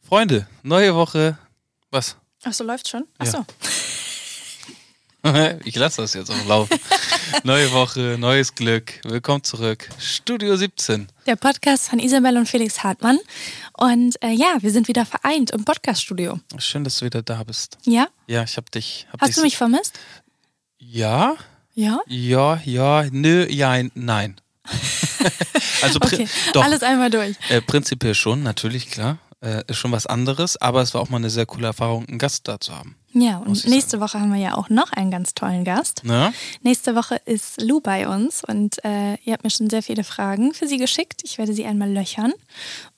Freunde, neue Woche. Was? Achso, läuft schon? Achso. Ich lasse das jetzt auch laufen. neue Woche, neues Glück. Willkommen zurück. Studio 17. Der Podcast von Isabel und Felix Hartmann. Und äh, ja, wir sind wieder vereint im Podcaststudio. Schön, dass du wieder da bist. Ja? Ja, ich hab dich. Hab dich Hast du mich vermisst? Ja? Ja? Ja, ja, nö, jein, nein. also pri Okay. doch, Alles einmal durch. äh, prinzipiell schon, natürlich, klar. Äh, ist schon was anderes, aber es war auch mal eine sehr coole Erfahrung, einen Gast da zu haben. Ja, Muss und ich nächste Woche haben wir ja auch noch einen ganz tollen Gast. Ne? Nächste Woche ist Lou bei uns und äh, ihr habt mir schon sehr viele Fragen für sie geschickt. Ich werde sie einmal löchern.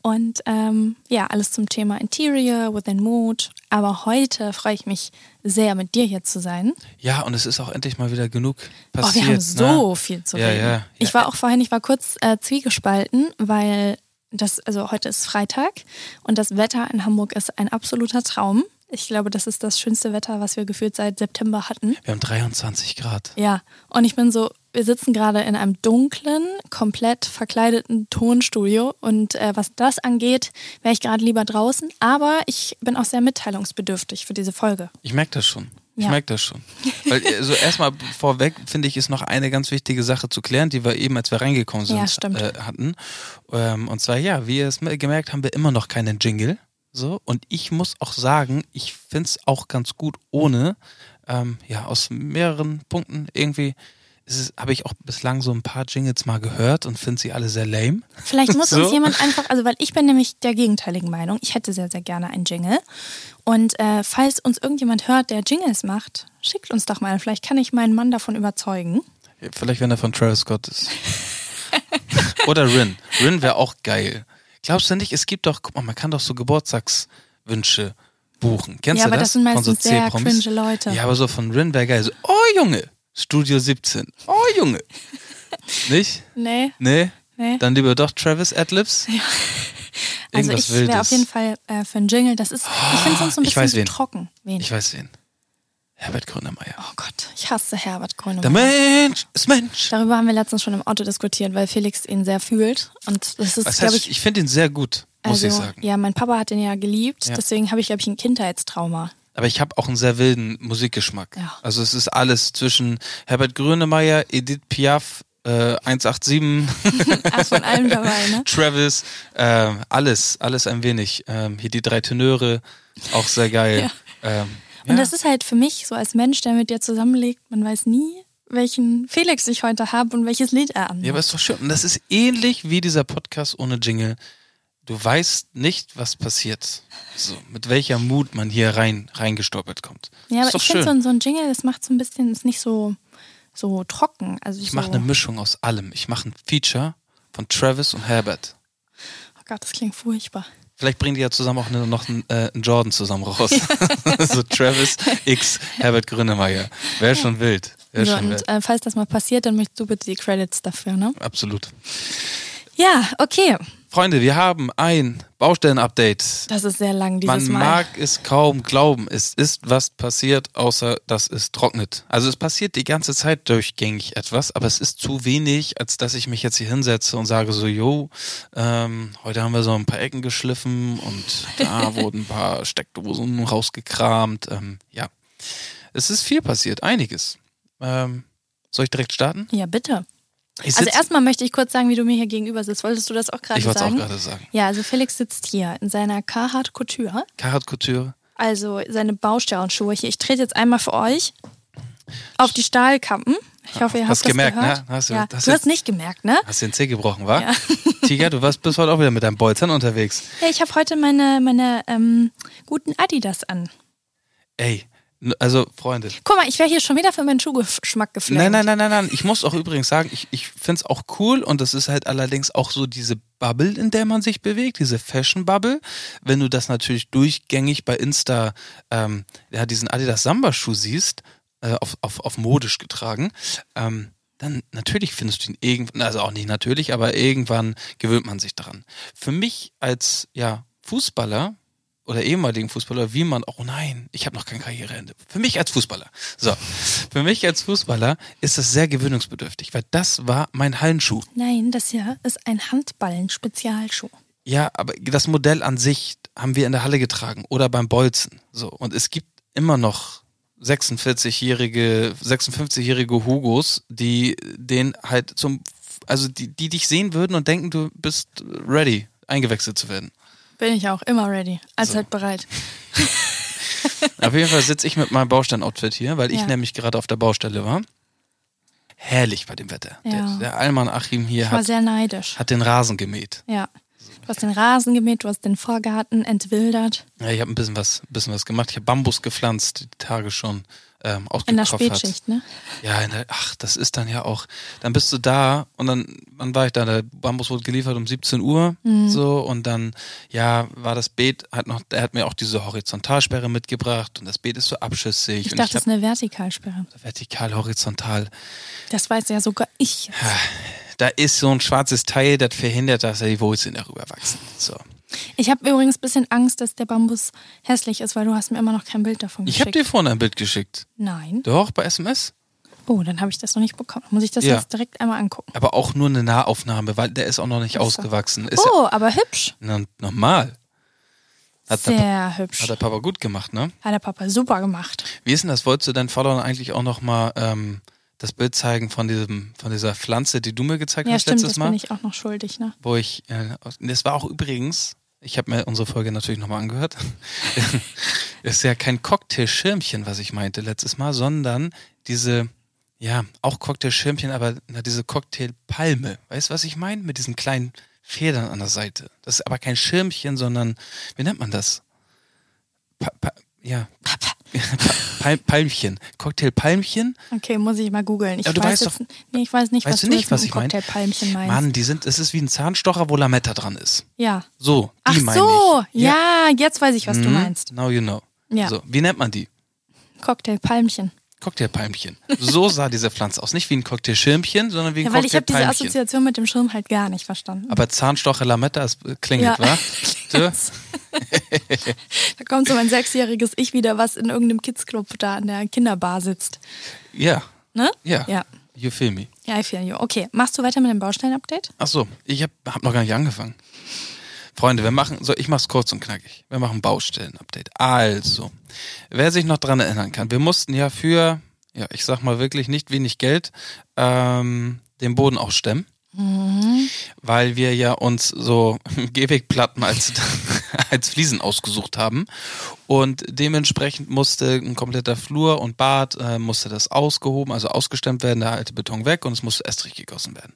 Und ähm, ja, alles zum Thema Interior, Within Mood. Aber heute freue ich mich sehr, mit dir hier zu sein. Ja, und es ist auch endlich mal wieder genug Oh, passiert. wir haben so ne? viel zu Ja, reden. ja, ja. Ich war auch vorhin, ich war kurz äh, zwiegespalten, weil das, also heute ist Freitag und das Wetter in Hamburg ist ein absoluter Traum. Ich glaube, das ist das schönste Wetter, was wir gefühlt seit September hatten. Wir haben 23 Grad. Ja, und ich bin so, wir sitzen gerade in einem dunklen, komplett verkleideten Tonstudio und äh, was das angeht, wäre ich gerade lieber draußen, aber ich bin auch sehr mitteilungsbedürftig für diese Folge. Ich merke das schon. Ich Ja. merke das schon. Weil, also erstmal vorweg, finde ich, ist noch eine ganz wichtige Sache zu klären, die wir eben, als wir reingekommen sind, Ja, stimmt. Äh, hatten. Ähm, und zwar, ja, wie ihr es m- gemerkt haben wir immer noch keinen Jingle. So, und ich muss auch sagen, ich finde es auch ganz gut ohne. Ähm, ja, aus mehreren Punkten irgendwie habe ich auch bislang so ein paar Jingles mal gehört und finde sie alle sehr lame. Vielleicht muss So. uns jemand einfach, also weil ich bin nämlich der gegenteiligen Meinung, ich hätte sehr, sehr gerne einen Jingle. Und äh, falls uns irgendjemand hört, der Jingles macht, schickt uns doch mal, vielleicht kann ich meinen Mann davon überzeugen. Vielleicht, wenn er von Travis Scott ist. Oder Rin. Rin wäre auch geil. Glaubst du nicht, es gibt doch, guck mal, man kann doch so Geburtstagswünsche buchen. Kennst Ja, du aber das? das sind Von meistens sehr C-Promis? cringe Leute. Ja, aber so von Rin wäre geil. So, oh Junge, Studio 17. Oh Junge. nicht? Nee, Nee? nee. Dann lieber doch Travis Adlibs. Also Irgendwas ich wäre auf Wildes. jeden Fall äh, für einen Jingle. Das ist, ich finde es uns so ein Ich weiß bisschen zu wen. trocken. Wen? Ich weiß wen. Herbert Grönemeyer. Oh Gott, ich hasse Herbert Der Grönemeyer. Mensch ist Mensch. Darüber haben wir letztens schon im Auto diskutiert, weil Felix ihn sehr fühlt. Und das ist, Was glaube heißt, ich, ich finde ihn sehr gut, muss also, ich sagen. ja, mein Papa hat ihn ja geliebt, Ja. deswegen habe ich, glaube ich, ein Kindheitstrauma. Aber ich habe auch einen sehr wilden Musikgeschmack. Ja. Also es ist alles zwischen Herbert Grönemeyer, Edith Piaf, äh, 187, Ach, von allem dabei, ne? Travis, äh, alles, alles ein wenig. Ähm, hier die drei Tenöre, auch sehr geil. Ähm, ja. Und das ist halt für mich so als Mensch, der mit dir zusammenlegt, man weiß nie, welchen Felix ich heute habe und welches Lied er an. ja, aber ist doch schön. Und das ist ähnlich wie dieser Podcast ohne Jingle. Du weißt nicht, was passiert. So, mit welcher Mut man hier rein reingestolpert kommt. Ja, ist aber doch ich finde so, schön. ein- so ein Jingle, das macht so ein bisschen, ist nicht so, so trocken. Also Ich ne- so, mache eine Mischung aus allem. Ich mache ein Feature von Travis und Herbert. Oh Gott, das klingt furchtbar. Vielleicht bringen die ja zusammen auch ne- noch einen, äh, einen Jordan zusammen raus. so Travis X Herbert Grönemeyer. Wäre schon wild. Wäre So, schon wild. und äh, falls das mal passiert, dann möchtest du bitte die Credits dafür, ne? Absolut. Ja, okay. Freunde, wir haben ein Baustellen-Update. Das ist sehr lang Man dieses Mal. mag es kaum glauben. Es ist was passiert, außer dass es trocknet. Also es passiert die ganze Zeit durchgängig etwas, aber es ist zu wenig, als dass ich mich jetzt hier hinsetze und sage so, jo, ähm, heute haben wir so ein paar Ecken geschliffen und da wurden ein paar Steckdosen rausgekramt. Ähm, ja, es ist viel passiert, einiges. Ähm, soll ich direkt starten? Ja, bitte. Ich Also sitz- erstmal möchte ich kurz sagen, wie du mir hier gegenüber sitzt. Wolltest du das auch gerade ich wollte es auch sagen? gerade sagen. ja, also Felix sitzt hier in seiner Carhartt Couture, Karat Couture. also seine Baustellenschuhe hier. Ich trete jetzt einmal für euch auf die Stahlkappen. Ich hoffe, ihr habt Hast das gemerkt, gehört. ne? Hast du- ja. das du ist- hast nicht gemerkt, ne? Hast den Zeh gebrochen, war? Tiger, du warst bis heute auch wieder mit deinem Bolzern unterwegs. Ja, ich habe heute meine, meine ähm, guten Adidas an. Ey, n- also Freunde. Guck mal, ich wäre hier schon wieder für meinen Schuhgeschmack geflasht. Nein, nein, nein, nein, nein. Ich muss auch übrigens sagen, ich, ich finde es auch cool und das ist halt allerdings auch so diese Bubble, in der man sich bewegt, diese Fashion-Bubble. Wenn du das natürlich durchgängig bei Insta, ähm, ja, diesen Adidas Samba-Schuh siehst, äh, auf, auf, auf modisch getragen, ähm, dann natürlich findest du ihn irgendwann, also auch nicht natürlich, aber irgendwann gewöhnt man sich daran. Für mich als ja, Fußballer oder ehemaligen Fußballer, wie man, oh nein, ich habe noch kein Karriereende. Für mich als Fußballer. So, für mich als Fußballer ist das sehr gewöhnungsbedürftig, weil das war mein Hallenschuh. Nein, das hier ist ein Handballen-Spezialschuh. Ja, aber das Modell an sich haben wir in der Halle getragen oder beim Bolzen. So. Und es gibt immer noch 46-jährige, 56-jährige Hugos, die den halt zum, also die, die dich sehen würden und denken, du bist ready, eingewechselt zu werden. Bin ich auch immer ready, allzeit bereit. Auf jeden Fall sitze ich mit meinem Baustein-Outfit hier, weil ich Ja. nämlich gerade auf der Baustelle war. Herrlich bei dem Wetter. Der, Ja. der Alman Achim hier Ich war hat, sehr neidisch. hat den Rasen gemäht. Ja. Du hast den Rasen gemäht, du hast den Vorgarten entwildert. Ja, ich habe ein bisschen was, bisschen was gemacht. Ich habe Bambus gepflanzt, die Tage schon ähm, In der ausgekopft. Spätschicht, ne? Ja, in der, ach, das ist dann ja auch. Dann bist du da und dann, wann war ich da? Der Bambus wurde geliefert um 17 Uhr. Mhm. So, und dann, ja, war das Beet, hat noch, er hat mir auch diese Horizontalsperre mitgebracht und das Beet ist so abschüssig. Ich und dachte, das ich ist eine Vertikalsperre. hab, vertikal, horizontal. Das weiß ja sogar ich. Da ist so ein schwarzes Teil, das verhindert, dass er die Wurzeln darüber wachsen. So. Ich habe übrigens ein bisschen Angst, dass der Bambus hässlich ist, weil du hast mir immer noch kein Bild davon Ich geschickt. habe dir vorhin ein Bild geschickt. Nein. Doch, bei SMS. Oh, dann habe ich das noch nicht bekommen. Muss ich das Ja. jetzt direkt einmal angucken. Aber auch nur eine Nahaufnahme, weil der ist auch noch nicht Ach so. ausgewachsen. Ist Oh, aber hübsch. ja, na, normal. Hat der, Sehr hübsch. hat der Papa gut gemacht, ne? Hat der Papa super gemacht. Wie ist denn das? Wolltest du deinen Followern eigentlich auch nochmal ähm, das Bild zeigen von, diesem, von dieser Pflanze, die du mir gezeigt Ja, hast stimmt, das letztes Mal? bin ich auch noch schuldig, ne? Wo ich, äh, aus- das war auch übrigens, ich habe mir unsere Folge natürlich nochmal angehört. ist ja kein Cocktailschirmchen, was ich meinte letztes Mal, sondern diese, ja, auch Cocktailschirmchen, aber na, diese Cocktailpalme. Weißt du, was ich meine? Mit diesen kleinen Federn an der Seite. Das ist aber kein Schirmchen, sondern, wie nennt man das? Pa pa ja. Pal Palmchen. Cocktailpalmchen Okay, muss ich mal googeln. Ich Aber du weiß weißt jetzt, nee, ich weiß nicht, Weißt was du du, nicht, jetzt was mit ich mein? Cocktailpalmchen meinst. Mann, die sind, es ist wie ein Zahnstocher, wo Lametta dran ist. Ja. So, die Ach meine so, ich. ja. jetzt weiß ich, was du Mhm, meinst. Now you know. Ja. So, wie nennt man die? Cocktailpalmchen. Cocktailpalmchen. So sah diese Pflanze aus. Nicht wie ein Cocktailschirmchen, sondern wie ein Ja, weil ich habe diese Cocktailpalmchen. Assoziation mit dem Schirm halt gar nicht verstanden. Aber Zahnstocher Lametta ist, äh, klingelt, Ja. wa? So, Da kommt so mein sechsjähriges Ich wieder, was in irgendeinem Kidsclub da an der Kinderbar sitzt. ja, Ne? ja. Ja. You feel me. Ja, I feel you. Okay, machst du weiter mit dem Baustein-Update? Ach so, ich habe hab noch gar nicht angefangen. Freunde, wir machen, so, ich mach's kurz und knackig. Wir machen Baustellen-Update. Also, wer sich noch dran erinnern kann, wir mussten ja für, ja, ich sag mal wirklich nicht wenig Geld, ähm, den Boden auch stemmen. Weil wir ja uns so Gehwegplatten als, als Fliesen ausgesucht haben. Und dementsprechend musste ein kompletter Flur und Bad, äh, musste das ausgehoben, also ausgestemmt werden, der alte Beton weg und es musste Estrich gegossen werden.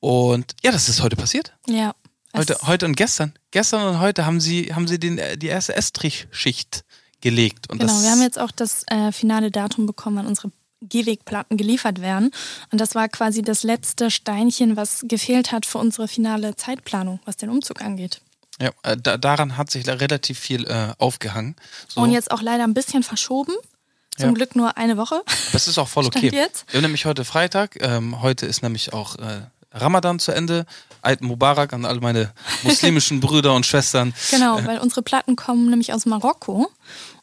Und ja, das ist heute passiert. Ja. Heute, heute und gestern. Gestern und heute haben sie, haben sie den, äh, die erste Estrichschicht gelegt. Und Genau, das, wir haben jetzt auch das äh, finale Datum bekommen, wann unsere Gehwegplatten geliefert werden. Und das war quasi das letzte Steinchen, was gefehlt hat für unsere finale Zeitplanung, was den Umzug angeht. ja, äh, da, daran hat sich da relativ viel äh, aufgehangen. So. Und jetzt auch leider ein bisschen verschoben. Zum Ja. Glück nur eine Woche. Das ist auch voll Stand okay. jetzt? Wir haben nämlich heute Freitag. Ähm, heute ist nämlich auch äh, Ramadan zu Ende. Eid Mubarak an all meine muslimischen Brüder und Schwestern. Genau, weil unsere Platten kommen nämlich aus Marokko.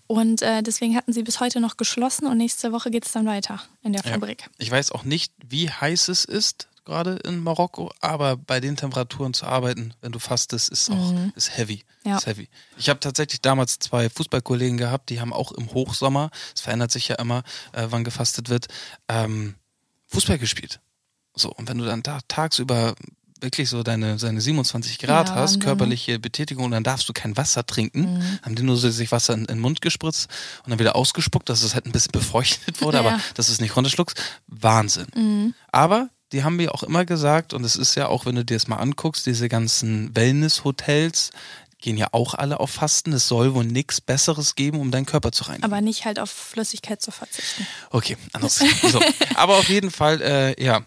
Und äh, deswegen hatten sie bis heute noch geschlossen und nächste Woche geht es dann weiter in der Ja. Fabrik. Ich weiß auch nicht, wie heiß es ist gerade in Marokko, aber bei den Temperaturen zu arbeiten, wenn du fastest, ist auch ist heavy. Mhm. Ja. Ist heavy. Ich habe tatsächlich damals zwei Fußballkollegen gehabt, die haben auch im Hochsommer, es verändert sich ja immer, äh, wann gefastet wird, ähm, Fußball gespielt. So, und wenn du dann da tagsüber wirklich so deine, deine 27 Grad Ja, hast, und dann- körperliche Betätigung, und dann darfst du kein Wasser trinken, haben die nur so sich Wasser in, in den Mund gespritzt und dann wieder ausgespuckt, dass es halt ein bisschen befeuchtet wurde, Ja. aber dass du es nicht runterschluckst. Wahnsinn. Aber die haben mir auch immer gesagt, und es ist ja auch, wenn du dir das mal anguckst, diese ganzen Wellness-Hotels gehen ja auch alle auf Fasten. Es soll wohl nichts Besseres geben, um deinen Körper zu reinigen. Aber nicht halt auf Flüssigkeit zu verzichten. Okay, anders. So. Aber auf jeden Fall, äh, ja.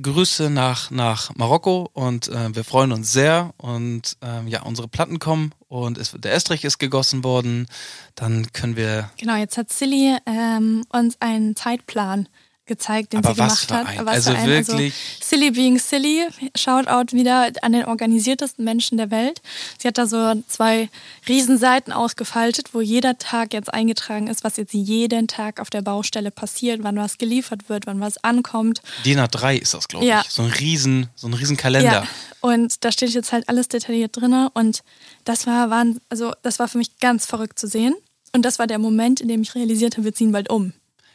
Grüße nach, nach Marokko und äh, wir freuen uns sehr. Und ähm, ja, unsere Platten kommen und es, der Estrich ist gegossen worden. Dann können wir Genau, jetzt hat Silly ähm, uns einen Zeitplan gezeigt, den Aber sie was gemacht für hat. ein. Was Also für ein. wirklich- Also silly being silly. Shoutout wieder an den organisiertesten Menschen der Welt. Sie hat da so zwei Riesenseiten ausgefaltet, wo jeder Tag jetzt eingetragen ist, was jetzt jeden Tag auf der Baustelle passiert, wann was geliefert wird, wann was ankommt. DIN A3 ist das, glaube Ja. ich. So ein riesen, so ein riesen Kalender. Ja, und da steht jetzt halt alles detailliert drin. Und das war, waren, also das war für mich ganz verrückt zu sehen. Und das war der Moment, in dem ich realisiert habe, wir ziehen bald um.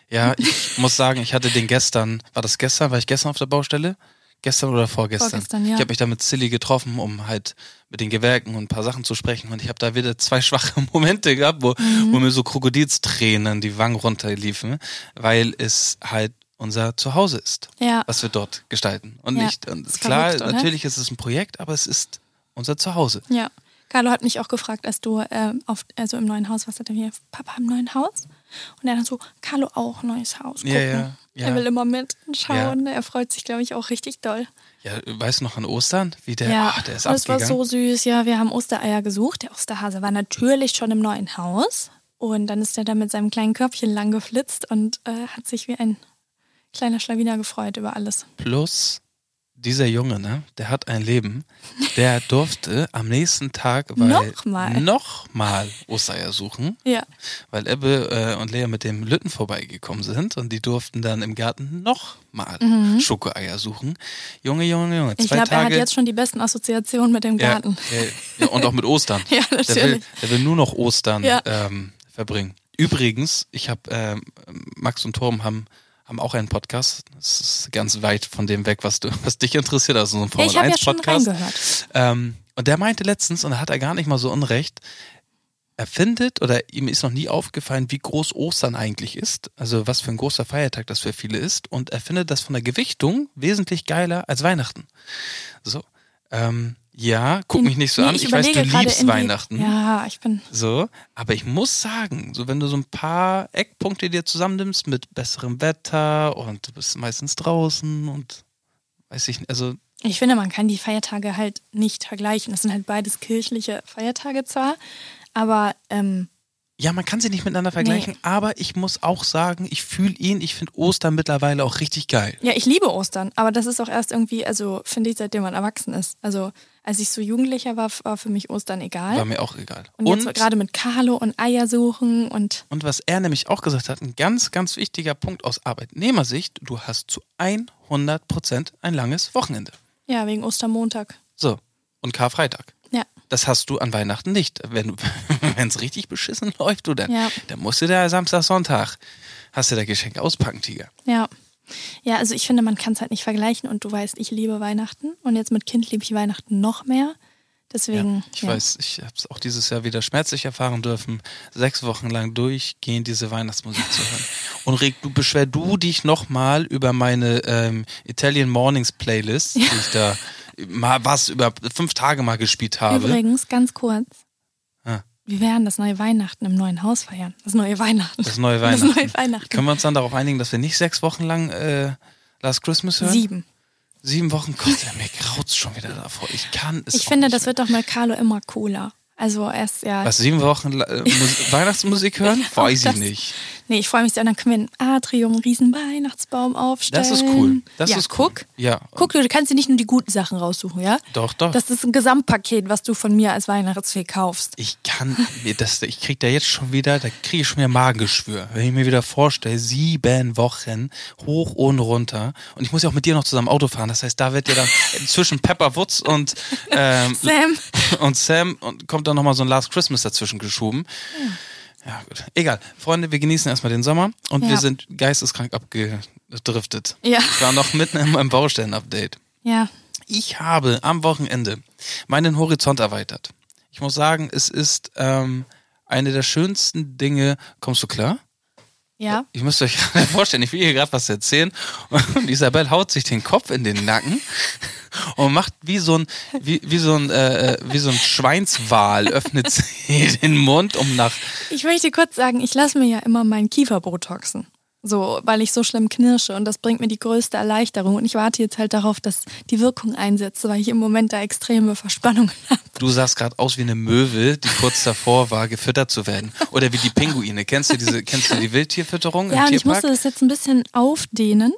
Ja, ich muss sagen, ich hatte den gestern, war das gestern, war ich gestern auf der Baustelle? Gestern oder vorgestern? Vorgestern, ja. Ich habe mich da mit Silly getroffen, um halt mit den Gewerken und ein paar Sachen zu sprechen. Und ich habe da wieder zwei schwache Momente gehabt, wo, Mhm. wo mir so Krokodilstränen die Wangen runterliefen, weil es halt unser Zuhause ist, Ja. was wir dort gestalten. Und Ja, nicht, und ist klar, verrückt, oder? natürlich ist es ein Projekt, aber es ist unser Zuhause. Ja. Carlo hat mich auch gefragt, als du ähm, auf, also im neuen Haus warst, hat er mir Papa im neuen Haus? Und er dann so, Carlo auch neues Haus. Gucken. Ja, ja, ja. Er will immer mit und schauen. Er freut sich, glaube ich, auch richtig doll. Ja, weißt du noch an Ostern, wie der, ja, ach, der ist Und es war abgegangen. so süß. Ja, wir haben Ostereier gesucht. Der Osterhase war natürlich schon im neuen Haus. Und dann ist er da mit seinem kleinen Köpfchen lang geflitzt und äh, hat sich wie ein kleiner Schlawiner gefreut über alles. Plus dieser Junge, ne, der hat ein Leben. Der durfte am nächsten Tag weil Nochmal. nochmal Ostereier suchen, Ja, weil Ebbe äh, und Lea mit dem Lütten vorbeigekommen sind und die durften dann im Garten nochmal Schokoeier suchen. Junge, Junge, Junge, zwei Mhm. ich glaube, Tage. er hat jetzt schon die besten Assoziationen mit dem ja, Garten. ja, ja, und auch mit Ostern. Ja, Der will, natürlich. der will nur noch Ostern Ja. ähm, verbringen. Übrigens, ich habe ähm, Max und Torben haben haben auch einen Podcast. Das ist ganz weit von dem weg, was du, was dich interessiert, also so ein Ja, Formel ich habe ja 1 schon Podcast. reingehört. Ähm, und der meinte letztens, und da hat er gar nicht mal so unrecht, er findet oder ihm ist noch nie aufgefallen, wie groß Ostern eigentlich ist. Also was für ein großer Feiertag das für viele ist. Und er findet das von der Gewichtung wesentlich geiler als Weihnachten. So. Ähm, ja, guck mich nicht so Hm. Nee, an. Ich, weiß, du überlege gerade liebst in die- Weihnachten. Ja, ich bin So, aber ich muss sagen, so wenn du so ein paar Eckpunkte dir zusammennimmst mit besserem Wetter und du bist meistens draußen und weiß ich nicht, also Ich finde, man kann die Feiertage halt nicht vergleichen. Das sind halt beides kirchliche Feiertage zwar, aber ähm, ja, man kann sie nicht miteinander vergleichen, Nee. aber ich muss auch sagen, ich fühle ihn, ich finde Ostern mittlerweile auch richtig geil. ja, ich liebe Ostern, aber das ist auch erst irgendwie, also finde ich, seitdem man erwachsen ist. Also als ich so Jugendlicher war, war für mich Ostern egal. War mir auch egal. und jetzt gerade mit Carlo und Eier suchen und Und was er nämlich auch gesagt hat, ein ganz, ganz wichtiger Punkt aus Arbeitnehmersicht, du hast zu 100 Prozent ein langes Wochenende. ja, wegen Ostermontag. So, und Karfreitag. Ja, Das hast du an Weihnachten nicht. Wenn es richtig beschissen läuft, du dann, Ja. dann musst du da Samstag, Sonntag, hast du da Geschenke auspacken, Tiger. ja. Ja, also ich finde, man kann es halt nicht vergleichen und du weißt, ich liebe Weihnachten und jetzt mit Kind liebe ich Weihnachten noch mehr. Deswegen. Ja, ich weiß, ich habe es auch dieses Jahr wieder schmerzlich erfahren dürfen, sechs Wochen lang durchgehend diese Weihnachtsmusik zu hören. Und reg, du beschwer du dich nochmal über meine ähm, Italian Mornings Playlist, die ich da mal was über fünf Tage mal gespielt habe. Übrigens, ganz kurz. Ah. Wir werden das neue Weihnachten im neuen Haus feiern. Das neue Weihnachten. Das neue Weihnachten. Das neue Weihnachten. Können wir uns dann darauf einigen, dass wir nicht sechs Wochen lang äh, Last Christmas hören? Sieben. Sieben Wochen, Gott, ja, mir graut's schon wieder davor. Ich kann es Ich auch finde, nicht das mehr. wird doch mal Carlo immer cooler. Also er ist ja. Was, sieben Wochen la- äh, Mus Weihnachtsmusik hören? Weiß ich das- nicht. Nee, ich freue mich sehr. Dann können wir in Atrium einen riesen Weihnachtsbaum aufstellen. Das ist cool. Das Ähm, ja, ist cool. guck. Ja. Guck, du kannst dir nicht nur die guten Sachen raussuchen, ja? Doch, doch. Das ist ein Gesamtpaket, was du von mir als Weihnachtsfee kaufst. Ich kann mir das, ich krieg da jetzt schon wieder, da kriege ich schon wieder Magengeschwür. Wenn ich mir wieder vorstelle, sieben Wochen hoch und runter. Und ich muss ja auch mit dir noch zusammen Auto fahren. Das heißt, da wird ja dann zwischen Pepper Woods und, ähm, Sam. und Sam und kommt dann nochmal so ein Last Christmas dazwischen geschoben. Ja, gut. Egal. Freunde, wir genießen erstmal den Sommer und Ja. wir sind geisteskrank abgedriftet. Ja. Ich war noch mitten in meinem Baustellen-Update. Ja. Ich habe am Wochenende meinen Horizont erweitert. Ich muss sagen, es ist ähm, eine der schönsten Dinge. Kommst du klar? Ja. Ich müsst euch gerade vorstellen, ich will hier gerade was erzählen und Isabel haut sich den Kopf in den Nacken und macht wie so ein wie, wie so ein äh, äh, wie so ein Schweinswal öffnet sie den Mund um nach Ich möchte kurz sagen, ich lasse mir ja immer meinen Kiefer botoxen. So, weil ich so schlimm knirsche und das bringt mir die größte Erleichterung. Und ich warte jetzt halt darauf, dass die Wirkung einsetzt, weil ich im Moment da extreme Verspannungen habe. Du sahst gerade aus wie eine Möwe, die kurz davor war, gefüttert zu werden. Oder wie die Pinguine. Kennst du diese, kennst du die Wildtierfütterung im Ja, und ich Tierpark? musste das jetzt ein bisschen aufdehnen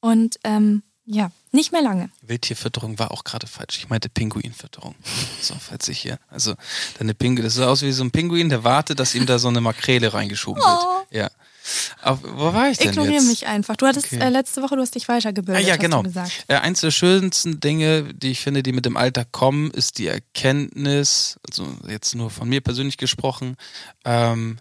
und ähm, ja, nicht mehr lange. Wildtierfütterung war auch gerade falsch. Ich meinte Pinguinfütterung. So, falls ich hier. Also, deine Pinguin, das sieht aus wie so ein Pinguin, der wartet, dass ihm da so eine Makrele reingeschoben Oh. wird. Ja. Aber wo war ich denn Ignoriere jetzt? mich einfach. Du hattest Okay. äh, letzte Woche, du hast dich Ah, weitergebildet, ja, hast genau. du gesagt. Äh, eins der schönsten Dinge, die ich finde, die mit dem Alter kommen, ist die Erkenntnis, also jetzt nur von mir persönlich gesprochen, ähm,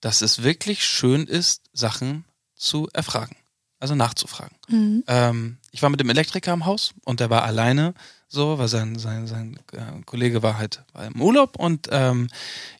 dass es wirklich schön ist, Sachen zu erfragen, also nachzufragen. Mhm. Ähm, ich war mit dem Elektriker im Haus und der war alleine, so, weil sein, sein, sein äh, Kollege war halt war im Urlaub und ähm,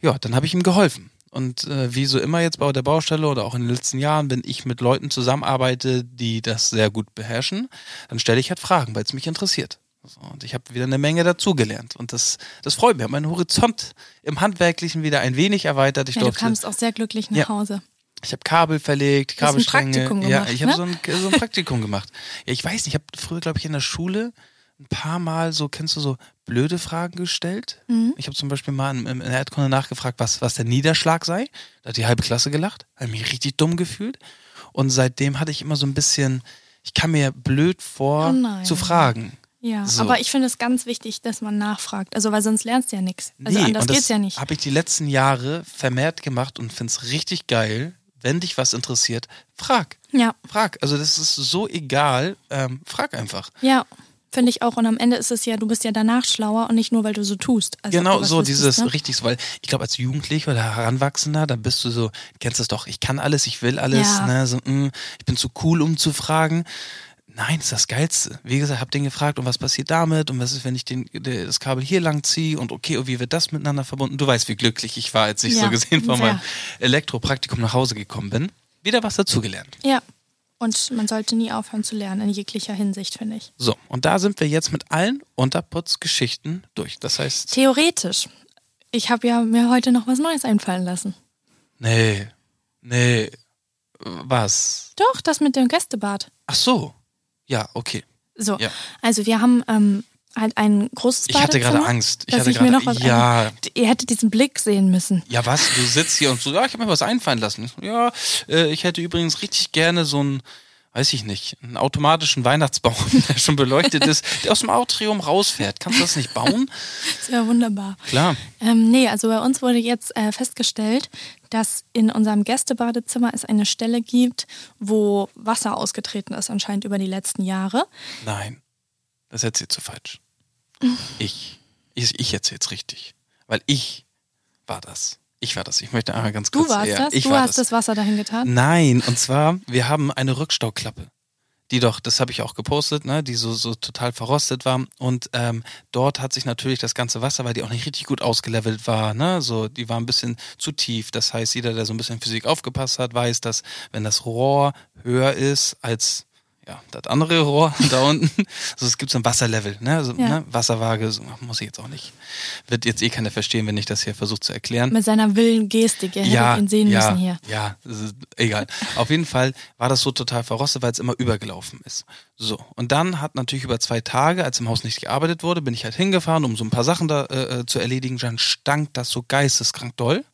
ja, dann habe ich ihm geholfen. Und äh, wie so immer jetzt bei der Baustelle oder auch in den letzten Jahren, wenn ich mit Leuten zusammenarbeite, die das sehr gut beherrschen, dann stelle ich halt Fragen, weil es mich interessiert. So, und ich habe wieder eine Menge dazugelernt. Und das, das freut mich. Ich habe meinen Horizont im Handwerklichen wieder ein wenig erweitert. Ich Ja, du durfte kamst auch sehr glücklich nach Ja. Hause. ich habe Kabel verlegt, hast ein Kabelstränge. Praktikum ja, gemacht, ich habe ne? so, ein, so ein Praktikum gemacht. Ja, ich weiß nicht, ich habe früher, glaube ich, in der Schule ein paar Mal so, kennst du so blöde Fragen gestellt? Mhm. Ich habe zum Beispiel mal in, in der Erdkunde nachgefragt, was, was der Niederschlag sei. Da hat die halbe Klasse gelacht, habe mich richtig dumm gefühlt. Und seitdem hatte ich immer so ein bisschen, ich kam mir blöd vor Oh nein. zu fragen. Ja, So. aber ich finde es ganz wichtig, dass man nachfragt. Also, weil sonst lernst du ja nichts. Also, anders und das geht's ja nicht. Habe ich die letzten Jahre vermehrt gemacht und finde es richtig geil, wenn dich was interessiert, frag. Ja, Frag. Also das ist so egal. Ähm, frag einfach. ja, finde ich auch. Und am Ende ist es ja, du bist ja danach schlauer und nicht nur, weil du so tust. Also, ob genau du was so, wüsstest, dieses ne? richtig, weil ich glaube, als Jugendlicher oder Heranwachsender, dann bist du so, kennst es doch, ich kann alles, ich will alles, Ja. ne? so, mm, ich bin zu cool, um zu fragen. Nein, ist das Geilste. Wie gesagt, hab den gefragt, und was passiert damit? Und was ist, wenn ich den, de- das Kabel hier lang ziehe? Und okay, und wie wird das miteinander verbunden? Du weißt, wie glücklich ich war, als ich Ja, so gesehen von sehr. meinem Elektropraktikum nach Hause gekommen bin. Wieder was dazugelernt. Ja. Und man sollte nie aufhören zu lernen, in jeglicher Hinsicht, finde ich. So, und da sind wir jetzt mit allen Unterputzgeschichten durch. Das heißt, Theoretisch. Ich habe ja mir heute noch was Neues einfallen lassen. Nee. Nee. Was? Doch, das mit dem Gästebad. Ach so. Ja, okay. So, Ja. also wir haben ähm, halt ein großes Ich hatte Badezimmer. gerade Angst. Ich dass hatte ich mir gerade- noch was Ja. ein- Ihr hättet diesen Blick sehen müssen. Ja, was? Du sitzt hier und so, ja, ich habe mir was einfallen lassen. Ja, äh, ich hätte übrigens richtig gerne so einen, weiß ich nicht, einen automatischen Weihnachtsbaum, der schon beleuchtet ist, der aus dem Atrium rausfährt. Kannst du das nicht bauen? Das wäre wunderbar. Klar. Ähm, nee, also bei uns wurde jetzt äh, festgestellt, dass in unserem Gästebadezimmer es eine Stelle gibt, wo Wasser ausgetreten ist, anscheinend über die letzten Jahre. Nein, das erzählst du falsch. Ich. Ich, ich erzähle es richtig. Weil ich war das. Ich war das. Ich möchte einmal ganz Du kurz. warst ja, das, Ich du war hast das. das Wasser dahin getan. Nein, und zwar, wir haben eine Rückstauklappe. Die doch, das habe ich auch gepostet, ne, die so, so total verrostet war. Und ähm, dort hat sich natürlich das ganze Wasser, weil die auch nicht richtig gut ausgelevelt war, ne, so, die war ein bisschen zu tief. Das heißt, jeder, der so ein bisschen Physik aufgepasst hat, weiß, dass wenn das Rohr höher ist als ja, das andere Rohr da unten, so es gibt so ein Wasserlevel, ne? So, Ja. ne? Wasserwaage, so, muss ich jetzt auch nicht. Wird jetzt eh keiner verstehen, wenn ich das hier versuche zu erklären Mit seiner wilden Gestik, ihr hättet ihn sehen ja, müssen hier. Ja, es ist egal. Auf jeden Fall war das so total verrostet, weil es immer übergelaufen ist. So, und dann hat natürlich über zwei Tage, als im Haus nicht gearbeitet wurde, bin ich halt hingefahren, um so ein paar Sachen da äh, äh, zu erledigen. Dann stank das so geisteskrank doll.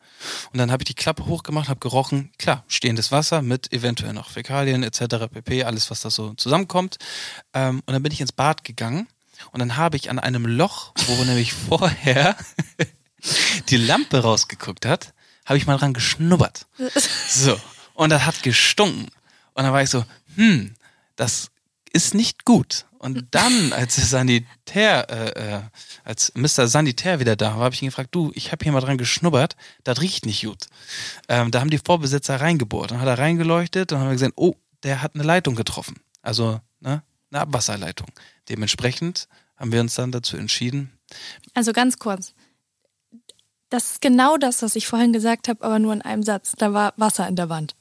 Und dann habe ich die Klappe hochgemacht, habe gerochen, klar, stehendes Wasser mit eventuell noch Fäkalien etc. pp, alles, was da so zusammenkommt. Ähm, und dann bin ich ins Bad gegangen und dann habe ich an einem Loch, wo nämlich vorher die Lampe rausgeguckt hat, habe ich mal dran geschnuppert. So. Und das hat gestunken. Und dann war ich so, hm, das ist nicht gut. Und dann, als der Sanitär, äh, äh, als Mr. Sanitär wieder da war, habe ich ihn gefragt, du, ich habe hier mal dran geschnuppert, das riecht nicht gut. Ähm, da haben die Vorbesitzer reingebohrt. Dann hat er reingeleuchtet und haben wir gesehen, oh, der hat eine Leitung getroffen. Also, ne, eine Abwasserleitung. Dementsprechend haben wir uns dann dazu entschieden, Also ganz kurz. Das ist genau das, was ich vorhin gesagt habe, aber nur in einem Satz. Da war Wasser in der Wand.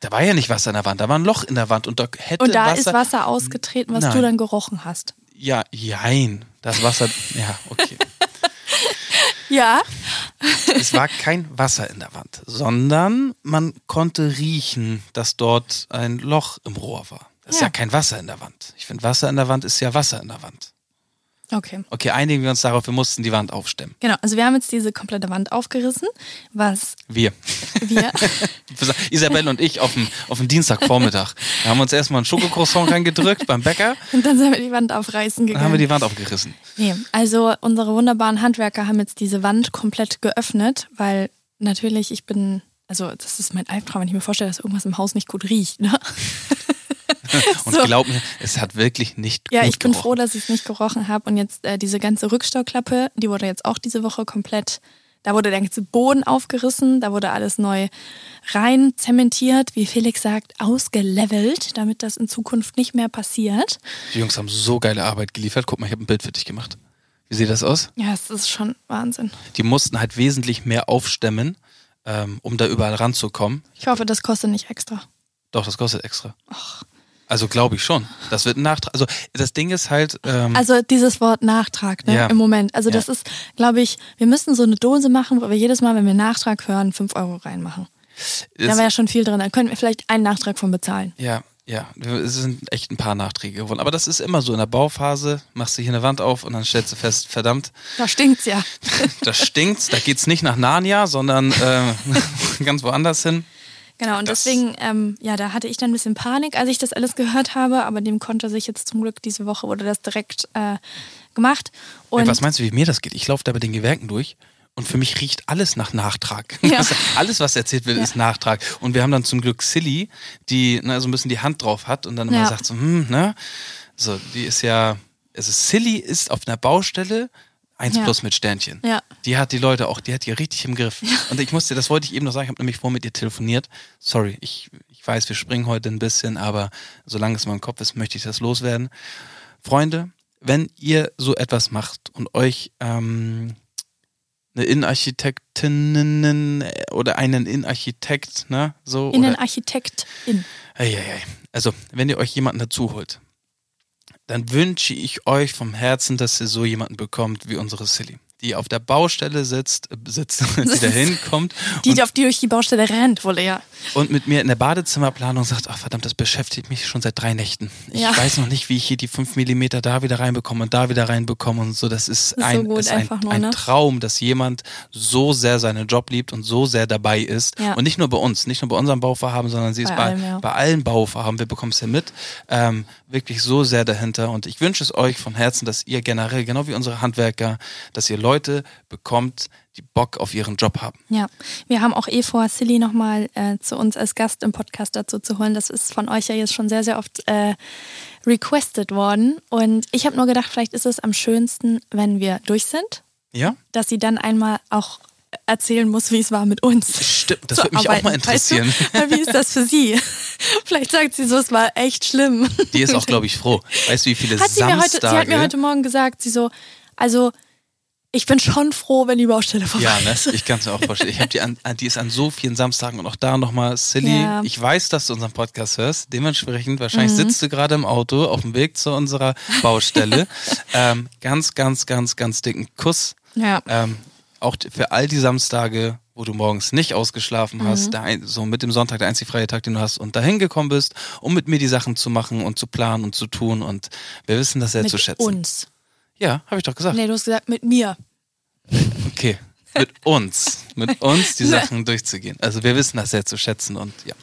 da war ja nicht Wasser in der Wand, da war ein Loch in der Wand und da hätte Und da Äh, Wasser, ist Wasser ausgetreten, was du Nein. dann gerochen hast. Ja, jein. Das Wasser. ja, okay. Ja. es war kein Wasser in der Wand, sondern man konnte riechen, dass dort ein Loch im Rohr war. Das ist Ja. ja kein Wasser in der Wand. Ich finde, Wasser in der Wand ist ja Wasser in der Wand. Okay. Okay, einigen wir uns darauf, wir mussten die Wand aufstemmen. Genau, also wir haben jetzt diese komplette Wand aufgerissen, was Wir. wir. Isabelle und ich auf dem, auf dem Dienstagvormittag. Da haben wir uns erstmal einen Schokocroissant reingedrückt beim Bäcker. und dann sind wir die Wand aufreißen Dann haben wir gegangen. die Wand aufgerissen. Nee, also unsere wunderbaren Handwerker haben jetzt diese Wand komplett geöffnet, weil natürlich ich bin, also das ist mein Albtraum, wenn ich mir vorstelle, dass irgendwas im Haus nicht gut riecht. Ne? Und So. glaub mir, es hat wirklich nicht Ja, gut ich bin gerochen. froh, dass ich es nicht gerochen habe. Und jetzt äh, diese ganze Rückstauklappe, die wurde jetzt auch diese Woche komplett, da wurde der ganze Boden aufgerissen, da wurde alles neu rein zementiert, wie Felix sagt, ausgelevelt, damit das in Zukunft nicht mehr passiert. Die Jungs haben so geile Arbeit geliefert. Guck mal, ich habe ein Bild für dich gemacht. Wie sieht das aus? Ja, es ist schon Wahnsinn. Die mussten halt wesentlich mehr aufstemmen, ähm, um da überall ranzukommen. Ich hoffe, das kostet nicht extra. Doch, das kostet extra. Also glaube ich schon. Das wird ein Nachtrag. Also das Ding ist halt, ähm, Also dieses Wort Nachtrag ne, Ja. im Moment. Also Ja. das ist, glaube ich, wir müssen so eine Dose machen, wo wir jedes Mal, wenn wir Nachtrag hören, 5 Euro reinmachen. Da es- wäre ja schon viel drin. Dann könnten wir vielleicht einen Nachtrag von bezahlen. Ja, ja, es sind echt ein paar Nachträge geworden. Aber das ist immer so in der Bauphase, machst du hier eine Wand auf und dann stellst du fest, verdammt, Da stinkt's ja. das stinkt, da geht's nicht nach Narnia, sondern äh, ganz woanders hin. Genau, und Das- deswegen, ähm, ja, da hatte ich dann ein bisschen Panik, als ich das alles gehört habe, aber dem konnte sich jetzt zum Glück diese Woche wurde das direkt äh, gemacht. Und Ey, was meinst du, wie mir das geht? Ich laufe da bei den Gewerken durch und für mich riecht alles nach Nachtrag. Ja. Also alles, was erzählt wird, ist Nachtrag. Und wir haben dann zum Glück Silly, die na, so ein bisschen die Hand drauf hat und dann immer Ja. sagt so, hm, ne? So, die ist ja, also Silly ist auf einer Baustelle eins Ja. plus mit Sternchen. Ja. Die hat die Leute auch, die hat die richtig im Griff. Und ich musste, das wollte ich eben noch sagen, ich habe nämlich vor mit ihr telefoniert. Sorry, ich, ich weiß, wir springen heute ein bisschen, aber solange es in meinem Kopf ist, möchte ich das loswerden. Freunde, wenn ihr so etwas macht und euch ähm, eine Innenarchitektin oder einen Innenarchitekt, ne, so oder, Innenarchitektin. Eieiei. Also, wenn ihr euch jemanden dazu holt, dann wünsche ich euch vom Herzen, dass ihr so jemanden bekommt wie unsere Silly, die auf der Baustelle sitzt, äh, sitzt die da hinkommt Die, und, auf die durch die Baustelle rennt, wohl eher. und mit mir in der Badezimmerplanung sagt, ach verdammt, das beschäftigt mich schon seit drei Nächten. Ich Ja. weiß noch nicht, wie ich hier die fünf Millimeter da wieder reinbekomme und da wieder reinbekomme und so. Das ist, so ein, gut ist ein, einfach nur, ein ne? Traum, dass jemand so sehr seinen Job liebt und so sehr dabei ist. Ja. Und nicht nur bei uns, nicht nur bei unserem Bauvorhaben, sondern sie ist Bei bei, allem, ja. bei allen Bauvorhaben, wir bekommen es ja mit, ähm, wirklich so sehr dahinter. Und ich wünsche es euch von Herzen, dass ihr generell, genau wie unsere Handwerker, dass ihr Leute bekommt, die Bock auf ihren Job haben. Ja, wir haben auch eh vor, Silly nochmal äh, zu uns als Gast im Podcast dazu zu holen. Das ist von euch ja jetzt schon sehr, sehr oft äh, requested worden. Und ich habe nur gedacht, vielleicht ist es am schönsten, wenn wir durch sind, Ja? dass sie dann einmal auch erzählen muss, wie es war mit uns. Stimmt, das zu würde mich auch mal arbeiten, weißt du? interessieren. Weil Wie ist das für sie? Vielleicht sagt sie so, es war echt schlimm. Die ist auch, glaube ich, ne? froh. Weißt du, wie viele Hat sie, mir heute, sie Samstage. hat mir heute Morgen gesagt, sie so, also ich bin schon froh, wenn die Baustelle vorbei ja, ne? ist. Ich kann es mir auch vorstellen. Ich habe die an, an, die ist an so vielen Samstagen und auch da nochmal Silly. Ja. Mhm. Ich weiß, dass du unseren Podcast hörst. Dementsprechend, wahrscheinlich sitzt du gerade im Auto auf dem Weg zu unserer Baustelle. ähm, ganz, ganz, ganz, ganz dicken Kuss. Ja. Ähm, auch t- für all die Samstage, wo du morgens nicht ausgeschlafen Mhm. hast, der ein, so mit dem Sonntag der einzige freie Tag, den du hast und dahin gekommen bist, um mit mir die Sachen zu machen und zu planen und zu tun. Und wir wissen das sehr Mit zu schätzen. uns. Ja, habe ich doch gesagt. Nee, du hast gesagt, mit mir. Okay. Mit uns. Mit uns die Sachen durchzugehen. Also wir wissen das sehr zu schätzen und ja.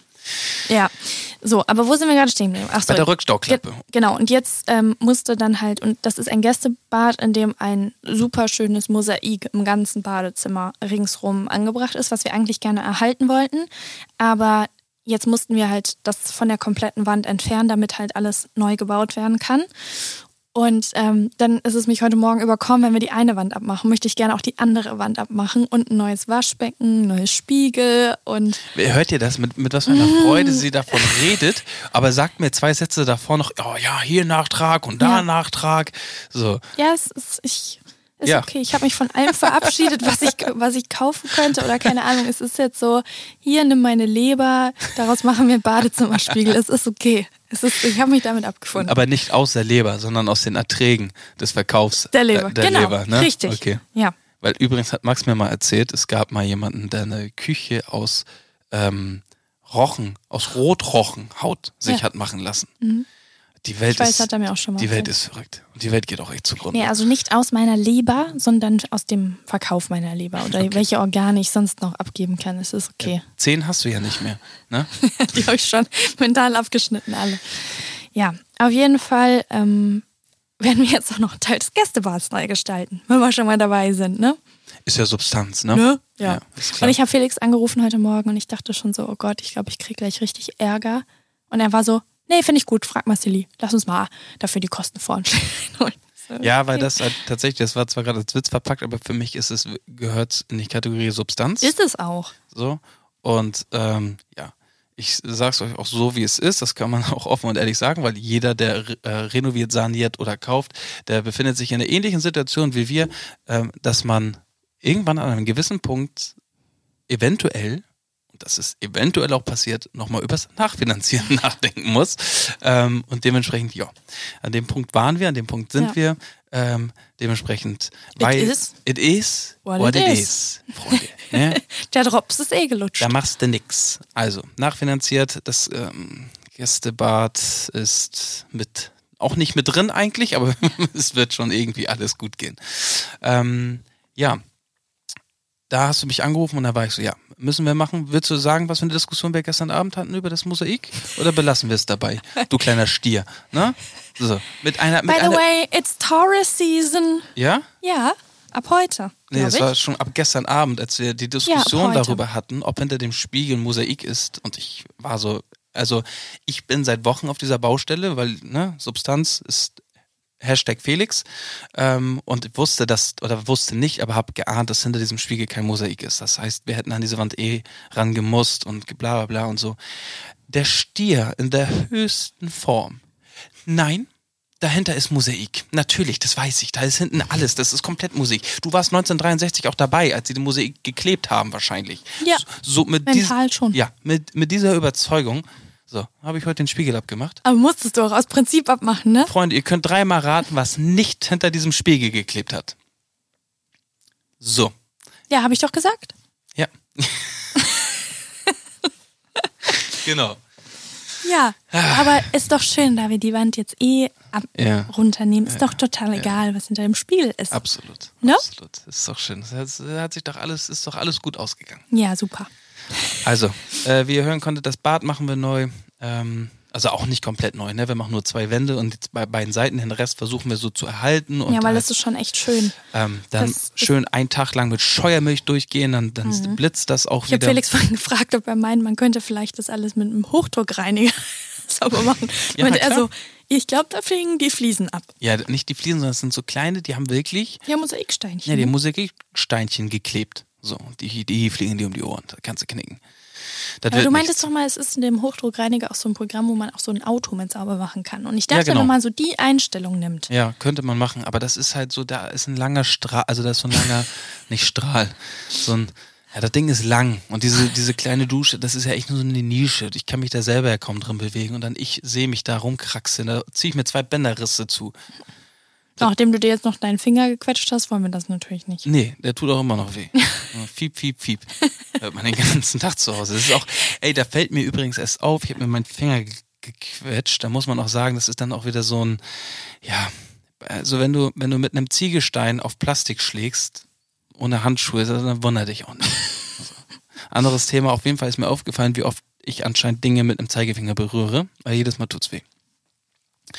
Ja. So, aber wo sind wir gerade stehen geblieben? Ach so, Bei der Rückstauklappe. Ge- Genau, und jetzt ähm, musste dann halt, und das ist ein Gästebad, in dem ein super schönes Mosaik im ganzen Badezimmer ringsrum angebracht ist, was wir eigentlich gerne erhalten wollten. Aber jetzt mussten wir halt das von der kompletten Wand entfernen, damit halt alles neu gebaut werden kann. Und ähm, dann ist es mich heute Morgen überkommen, wenn wir die eine Wand abmachen, möchte ich gerne auch die andere Wand abmachen und ein neues Waschbecken, neues Spiegel und Hört ihr das, mit, mit was für einer Mm. Freude sie davon redet, aber sagt mir zwei Sätze davor noch, oh ja, hier Nachtrag und da Ja. Nachtrag. So. Ja, es ist, ich, ist Ja. okay. Ich habe mich von allem verabschiedet, was ich, was ich kaufen könnte oder keine Ahnung. Es ist jetzt so, hier nimm meine Leber, daraus machen wir einen Badezimmerspiegel. Es ist okay. Es ist, ich habe mich damit abgefunden. Aber nicht aus der Leber, sondern aus den Erträgen des Verkaufs. der Leber, äh, Der genau. Leber, ne? Richtig. Okay. Ja. Weil übrigens hat Max mir mal erzählt, es gab mal jemanden, der eine Küche aus ähm, Rochen, aus Rotrochen, Haut sich Ja. hat machen lassen. Mhm. Die Welt, Ich weiß, ist, hat er mir auch schon mal die Welt erzählt. ist verrückt. Und die Welt geht auch echt zugrunde. Nee, also nicht aus meiner Leber, sondern aus dem Verkauf meiner Leber oder welche Organe ich sonst noch abgeben kann. Es ist okay. Zehn hast du ja nicht mehr. Ne? Die habe ich schon mental abgeschnitten, alle. Ja, auf jeden Fall ähm, werden wir jetzt auch noch einen Teil des Gästebads neu gestalten, wenn wir schon mal dabei sind, ne? Ist ja Substanz, ne? Ne? Ja. ist Und klar. ich habe Felix angerufen heute Morgen und ich dachte schon so, oh Gott, ich glaube, ich kriege gleich richtig Ärger. Und er war so, nee, finde ich gut, frag Marceli, lass uns mal dafür die Kosten voranstellen. Und so, ja, weil okay. das halt tatsächlich, das war zwar gerade als Witz verpackt, aber für mich ist es, gehört in die Kategorie Substanz. Ist es auch. So. Und ähm, ja, ich sag's euch auch so, wie es ist. Das kann man auch offen und ehrlich sagen, weil jeder, der re- äh, renoviert, saniert oder kauft, der befindet sich in einer ähnlichen Situation wie wir, ähm, dass man irgendwann an einem gewissen Punkt eventuell, und das ist eventuell auch passiert, nochmal übers Nachfinanzieren nachdenken muss. Ähm, und dementsprechend, ja, an dem Punkt waren wir, an dem Punkt sind Ja. wir. Ähm, dementsprechend, It is it is what what, it it is. is, Freunde. ne? Der Drops ist eh gelutscht. Da machst du nix. Also, nachfinanziert, das ähm, Gästebad ist mit, auch nicht mit drin eigentlich, aber es wird schon irgendwie alles gut gehen. Ähm, ja, da hast du mich angerufen und da war ich so, ja, müssen wir machen. Willst du sagen, was für eine Diskussion wir gestern Abend hatten über das Mosaik? Oder belassen wir es dabei, du kleiner Stier? Ne? So, mit einer, mit By the einer, way, it's Taurus Season. ja? Ja, ab heute. Nee, glaub das ich. war schon ab gestern Abend, als wir die Diskussion heute. darüber hatten, ob hinter dem Spiegel ein Mosaik ist. Und ich war so, also ich bin seit Wochen auf dieser Baustelle, weil ne, Substanz ist Hashtag Felix ähm, und wusste das oder wusste nicht, aber habe geahnt, dass hinter diesem Spiegel kein Mosaik ist. Das heißt, wir hätten an diese Wand eh rangemusst und bla bla bla und so. Der Stier in der höchsten Form. Nein, dahinter ist Mosaik. Natürlich, das weiß ich. Da ist hinten alles. Das ist komplett Musik. Du warst 1963 auch dabei, als sie den Mosaik geklebt haben, wahrscheinlich. Ja. So, so mit dies- Mental schon. Ja, mit, mit dieser Überzeugung. So, habe ich heute den Spiegel abgemacht. Aber musstest du auch aus Prinzip abmachen, ne? Freunde, ihr könnt dreimal raten, was nicht hinter diesem Spiegel geklebt hat. So, Ja, habe ich doch gesagt. ja. genau. Ja, aber ist doch schön, da wir die Wand jetzt eh ab Ah. Ja. runternehmen. Ist doch total egal, was hinter dem Spiegel ist. Absolut. Ne? Absolut. Ist doch schön. Es hat, es hat sich doch alles, ist doch alles gut ausgegangen. Ja, super. Also, äh, wie ihr hören konntet, das Bad machen wir neu. Ähm, also auch nicht komplett neu, ne? Wir machen nur zwei Wände und jetzt bei beiden Seiten den Rest versuchen wir so zu erhalten und ja, weil halt das ist schon echt schön. ähm, dann das ist- Mhm. schön einen Tag lang mit Scheuermilch durchgehen, dann, dann blitzt das auch Ich habe wieder. Felix vorhin gefragt, ob er meint, man könnte vielleicht das alles mit einem Hochdruckreiniger sauber machen. Ja, Und er klar. so, ich glaube, da fingen die Fliesen ab. Ja, nicht die Fliesen, sondern es sind so kleine, die haben wirklich, Ja, Mosaiksteinchen. ja, die haben Mosaiksteinchen geklebt. So, die, die fliegen dir um die Ohren, da kannst du knicken. Das Aber wird du meintest nichts. doch mal, es ist in dem Hochdruckreiniger auch so ein Programm, wo man auch so ein Auto mit sauber machen kann. Und ich dachte, genau. wenn man so die Einstellung nimmt. Ja, könnte man machen, aber das ist halt so, da ist ein langer Strahl, also da ist so ein langer, nicht Strahl, so ein, ja, das Ding ist lang und diese, diese kleine Dusche, das ist ja echt nur so eine Nische. Ich kann mich da selber ja kaum drin bewegen und dann ich sehe mich da rumkraxeln, da ziehe ich mir zwei Bänderrisse zu. Nachdem du dir jetzt noch deinen Finger gequetscht hast, wollen wir das natürlich nicht. Nee, der tut auch immer noch weh. Nur Fiep, fiep, fiep. Hört man den ganzen Tag zu Hause. Das ist auch, ey, da fällt mir übrigens erst auf, ich habe mir meinen Finger ge- gequetscht. Da muss man auch sagen, das ist dann auch wieder so ein, ja, also wenn du, wenn du mit einem Ziegelstein auf Plastik schlägst, ohne Handschuhe, dann wundert dich auch nicht. Also, anderes Thema, auf jeden Fall ist mir aufgefallen, wie oft ich anscheinend Dinge mit einem Zeigefinger berühre, weil jedes Mal tut's weh.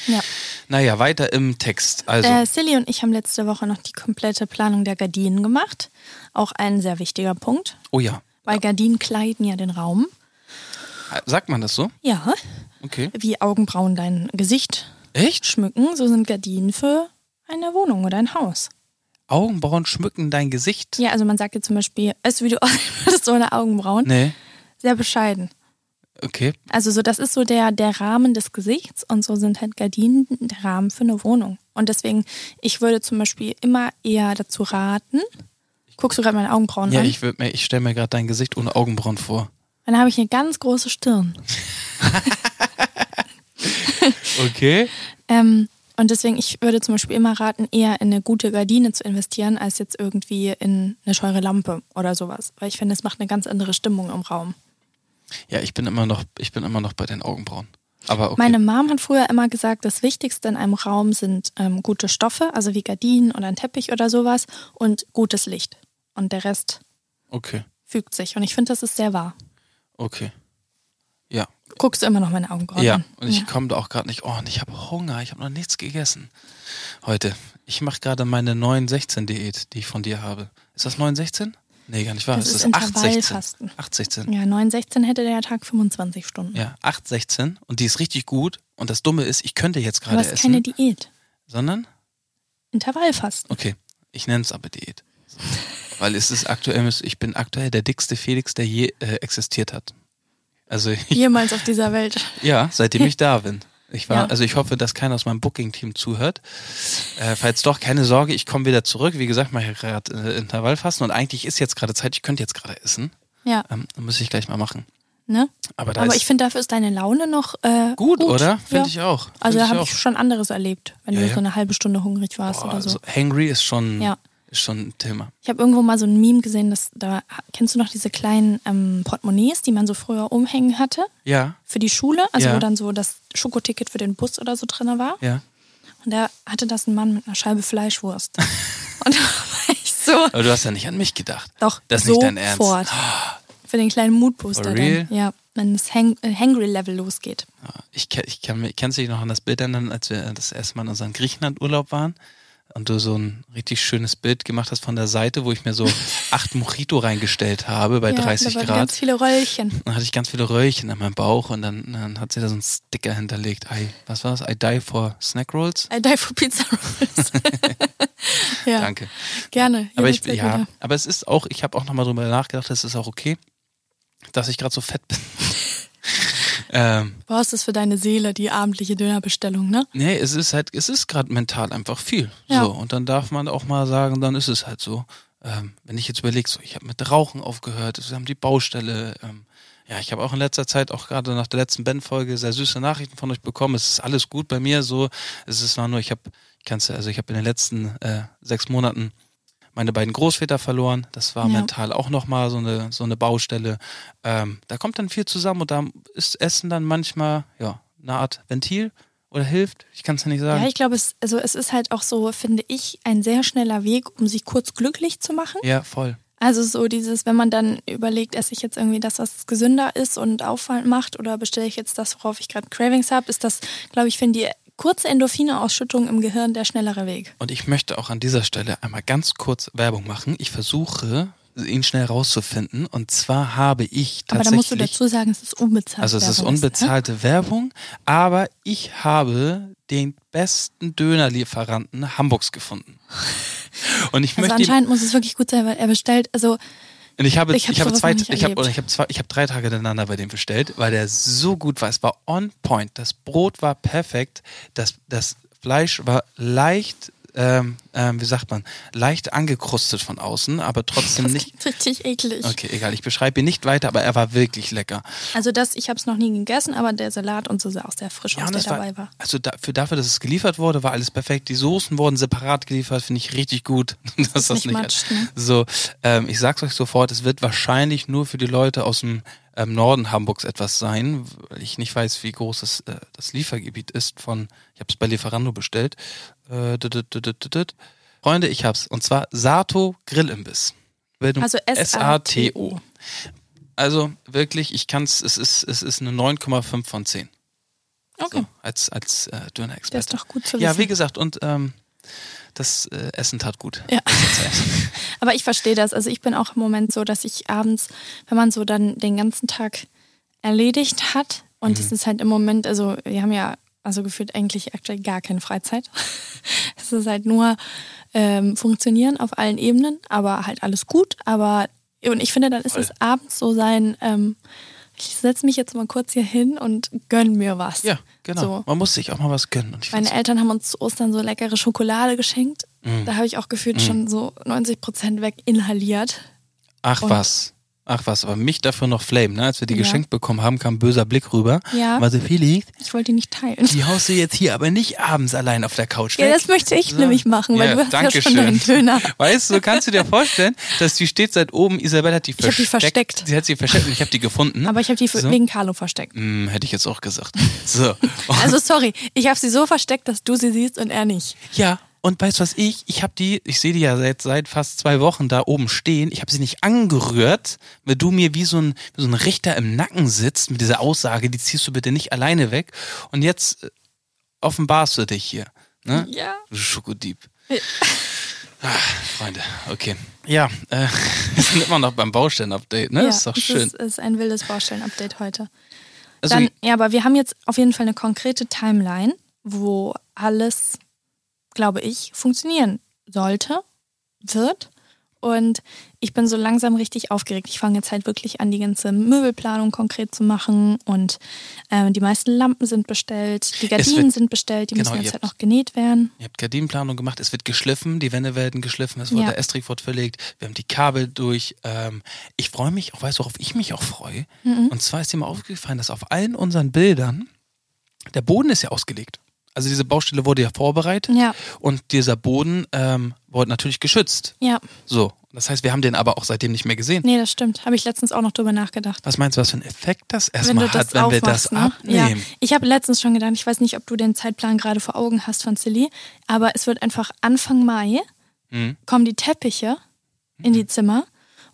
Ja. Naja, weiter im Text. Also, Äh, Silly und ich haben letzte Woche noch die komplette Planung der Gardinen gemacht. Auch ein sehr wichtiger Punkt, oh ja. weil Gardinen kleiden ja den Raum. Sagt man das so? Ja, Okay. wie Augenbrauen dein Gesicht Echt? schmücken, so sind Gardinen für eine Wohnung oder ein Haus. Augenbrauen schmücken dein Gesicht? Ja, also man sagt dir zum Beispiel, weißt du, wie du aussiehst ohne Augenbrauen? Nee. Sehr bescheiden. Okay. Also so, das ist so der, der Rahmen des Gesichts und so sind halt Gardinen der Rahmen für eine Wohnung. Und deswegen, ich würde zum Beispiel immer eher dazu raten, guckst du gerade meine Augenbrauen Ja, an, ich, würd mir- ich stelle mir gerade dein Gesicht ohne Augenbrauen vor. dann habe ich eine ganz große Stirn. Okay. Ähm, Und deswegen, ich würde zum Beispiel immer raten, eher in eine gute Gardine zu investieren, als jetzt irgendwie in eine scheure Lampe oder sowas. Weil ich finde, es macht eine ganz andere Stimmung im Raum. Ja, ich bin immer noch, ich bin immer noch bei den Augenbrauen. Aber okay. Meine Mom hat früher immer gesagt, das Wichtigste in einem Raum sind ähm, gute Stoffe, also wie Gardinen oder ein Teppich oder sowas und gutes Licht. Und der Rest okay, fügt sich. Und ich finde, das ist sehr wahr. okay. Ja, Guckst du immer noch meine Augenbrauen ja. an? Und ich komme da auch gerade nicht. Oh, und ich habe Hunger. Ich habe noch nichts gegessen heute. Ich mache gerade meine 916-Diät, die ich von dir habe. Ist das 916? Nee, gar nicht wahr. Das es ist ist 816. Intervallfasten. 816. Ja, 916 hätte der Tag 25 Stunden. Ja, 816 und die ist richtig gut. Und das Dumme ist, ich könnte jetzt Aber gerade es ist keine essen, Diät. sondern, Intervallfasten. okay, ich nenne es aber Diät. Weil es ist aktuell, ich bin aktuell der dickste Felix, der je äh, existiert hat. Also ich, Jemals auf dieser Welt. ja, seitdem ich da bin. Ich war, Ja. also ich hoffe, dass keiner aus meinem Booking-Team zuhört. Äh, falls doch, keine Sorge, ich komme wieder zurück. Wie gesagt, mache gerade äh, Intervallfasten und eigentlich ist jetzt gerade Zeit, ich könnte jetzt gerade essen. Ja, Ähm, muss ich gleich mal machen. ne? Aber da Aber ist ich finde, dafür ist deine Laune noch äh, gut, oder? Finde ja. ich auch. Find Also da ich habe auch. ich schon anderes erlebt, wenn Ja, du ja. so eine halbe Stunde hungrig warst Boah, oder so. also hangry ist schon, Ja. ist schon ein Thema. Ich habe irgendwo mal so ein Meme gesehen, dass da kennst du noch diese kleinen ähm, Portemonnaies, die man so früher umhängen hatte Ja, für die Schule, also Ja. wo dann so das Schokoticket für den Bus oder so drin war. ja. Und da hatte das ein Mann mit einer Scheibe Fleischwurst. Und da war ich so Aber du hast ja nicht an mich gedacht. doch Das ist nicht dein Ernst. sofort für den kleinen Moodbooster For real? dann. Ja, wenn das Hang äh, Hangry Level losgeht. Ja, Ich, ke- ich kann mich, kennst du dich noch an das Bild erinnern, als wir das erste Mal in unserem Griechenland-Urlaub waren und du so ein richtig schönes Bild gemacht hast von der Seite, wo ich mir so acht Mojito reingestellt habe bei ja, 30 da waren Grad. ganz viele Röllchen. Dann hatte ich ganz viele Röllchen an meinem Bauch und dann, dann hat sie da so einen Sticker hinterlegt. I, was war's? I die for Snack Rolls? I die for Pizza Rolls. ja, Danke. gerne. Aber ich, jederzeit ja, wieder. aber es ist auch, ich habe auch nochmal drüber nachgedacht, es ist auch okay, dass ich gerade so fett bin. ähm, Du brauchst es für deine Seele, die abendliche Dönerbestellung, ne? nee, es ist halt, es ist gerade mental einfach viel. Ja. So. Und dann darf man auch mal sagen, dann ist es halt so. Ähm, wenn ich jetzt überlege, so, ich habe mit Rauchen aufgehört, wir haben die Baustelle, ähm, ja, ich habe auch in letzter Zeit, auch gerade nach der letzten Bandfolge, sehr süße Nachrichten von euch bekommen. Es ist alles gut bei mir. So, es ist war nur, ich habe, ich kann's ja, also ich habe in den letzten äh, sechs Monaten meine beiden Großväter verloren. Das war Ja. mental auch nochmal so eine, so eine Baustelle. Ähm, da kommt dann viel zusammen und da ist Essen dann manchmal ja, eine Art Ventil oder hilft. Ich kann es ja nicht sagen. Ja, ich glaube, es, also es ist halt auch so, finde ich, ein sehr schneller Weg, um sich kurz glücklich zu machen. ja, voll. Also so dieses, wenn man dann überlegt, esse ich jetzt irgendwie das, was gesünder ist und auffallend macht oder bestelle ich jetzt das, worauf ich gerade Cravings habe, ist das, glaube ich, finde die kurze Endorphine-Ausschüttung im Gehirn der schnellere Weg. Und ich möchte auch an dieser Stelle einmal ganz kurz Werbung machen. Ich versuche, ihn schnell rauszufinden. Und zwar habe ich tatsächlich. Aber da musst du dazu sagen, es ist unbezahlt. Also es ist Werbung, ne? unbezahlte Werbung, aber ich habe den besten Dönerlieferanten Hamburgs gefunden. Und ich Also möchte ihm anscheinend muss es wirklich gut sein, weil er bestellt, also Und ich habe, ich Ich hab habe sowas zwei, noch nicht ich habe, erlebt. oder ich habe zwei, ich habe drei Tage hintereinander bei dem bestellt, weil der so gut war. Es war on point. Das Brot war perfekt. Das, das Fleisch war leicht, ähm, ähm, wie sagt man, leicht angekrustet von außen, aber trotzdem das nicht. klingt richtig eklig. Okay, egal. Ich beschreibe ihn nicht weiter, aber er war wirklich lecker. Also das, ich habe es noch nie gegessen, aber der Salat und so sah auch sehr frisch aus, und der es war- dabei war. Also da, für dafür, dass es geliefert wurde, war alles perfekt. Die Soßen wurden separat geliefert, finde ich richtig gut. Dass das nicht matscht, ne? So, ähm, ich sag's euch sofort, es wird wahrscheinlich nur für die Leute aus dem ähm, Norden Hamburgs etwas sein, weil ich nicht weiß, wie groß das, äh, das Liefergebiet ist von, ich habe es bei Lieferando bestellt. Äh, dü- dü- dü- dü- dü- dü. Freunde, ich hab's. Und zwar Sato Grillimbiss. Bildung- Also S-A-T-O. S-A-T-O. Also wirklich, ich kann's, es ist, es ist eine 9,5 von 10. Okay, So, als als äh, der ist Döner-Experte. doch gut zu Ja, wie wissen. gesagt, und ähm, das äh, Essen tat gut. Ja. halt- Aber ich verstehe das. Also ich bin auch im Moment so, dass ich abends, wenn man so dann den ganzen Tag erledigt hat und Mhm. es ist halt im Moment, also wir haben ja also gefühlt eigentlich aktuell gar keine Freizeit. es ist halt nur ähm, funktionieren auf allen Ebenen, aber halt alles gut. Aber und ich finde, dann ist Voll. es abends so sein. Ähm, ich setze mich jetzt mal kurz hier hin und gönn mir was. Ja, genau. So. Man muss sich auch mal was gönnen. Und ich Meine find's- Mhm. Eltern haben uns zu Ostern so leckere Schokolade geschenkt. Da habe ich auch gefühlt schon so 90 Prozent weg inhaliert. Ach und- was. Ach was, aber mich dafür noch Flame, ne? Als wir die Ja. geschenkt bekommen haben, kam ein böser Blick rüber. Ja. War so, Felix, Ich wollte die nicht teilen. die haust du jetzt hier aber nicht abends allein auf der Couch Ja, weg. das möchte ich nämlich machen, Ja, weil Hm? du hast ja danke schon deinen schön. Döner. Weißt du, kannst du dir vorstellen, dass die steht seit oben, Isabel hat die hab versteckt. die versteckt. Sie hat sie versteckt und ich habe die gefunden. Aber ich habe die für, so. wegen Carlo versteckt. Hm, hätte ich jetzt auch gesagt. So. Also sorry, ich habe sie so versteckt, dass du sie siehst und er nicht. Ja, und weißt du was ich? Ich habe die, ich sehe die ja seit, seit fast zwei Wochen da oben stehen. Ich habe sie nicht angerührt, weil du mir wie so, ein, wie so ein Richter im Nacken sitzt mit dieser Aussage, die ziehst du bitte nicht alleine weg. Und jetzt äh, offenbarst du dich hier. Ne? Ja. Du Schokodieb. Ah, Freunde, okay. Ja, äh, wir sind immer noch beim Baustellenupdate, ne? ja, ist doch es schön. Ist, ist ein wildes Baustellen-Update heute. also, Dann, ja, aber wir haben jetzt auf jeden Fall eine konkrete Timeline, wo alles, glaube ich, funktionieren sollte, wird. Und ich bin so langsam richtig aufgeregt. Ich fange jetzt halt wirklich an, die ganze Möbelplanung konkret zu machen. Und ähm, die meisten Lampen sind bestellt, die Gardinen wird- sind bestellt, die Genau, müssen ihr jetzt halt habt- noch genäht werden. Ihr habt Gardinenplanung gemacht, es wird geschliffen, die Wände werden geschliffen, es wurde Ja. der Estrich wird verlegt, wir haben die Kabel durch. Ähm, ich freue mich, auch weißt du, worauf ich mich auch freue? Mhm. Und zwar ist dir mal aufgefallen, dass auf allen unseren Bildern der Boden ist ja ausgelegt. Also diese Baustelle wurde ja vorbereitet Ja. und dieser Boden ähm, wurde natürlich geschützt. Ja, So, das heißt, wir haben den aber auch seitdem nicht mehr gesehen. nee, das stimmt. Habe ich letztens auch noch drüber nachgedacht. Was meinst du, was für einen Effekt das wenn du erstmal hat, das wenn wir das aufmachst, ne? abnehmen? Ja. Ich habe letztens schon gedacht, ich weiß nicht, ob du den Zeitplan gerade vor Augen hast von Silly, aber es wird einfach Anfang Mai Hm? kommen die Teppiche in die Zimmer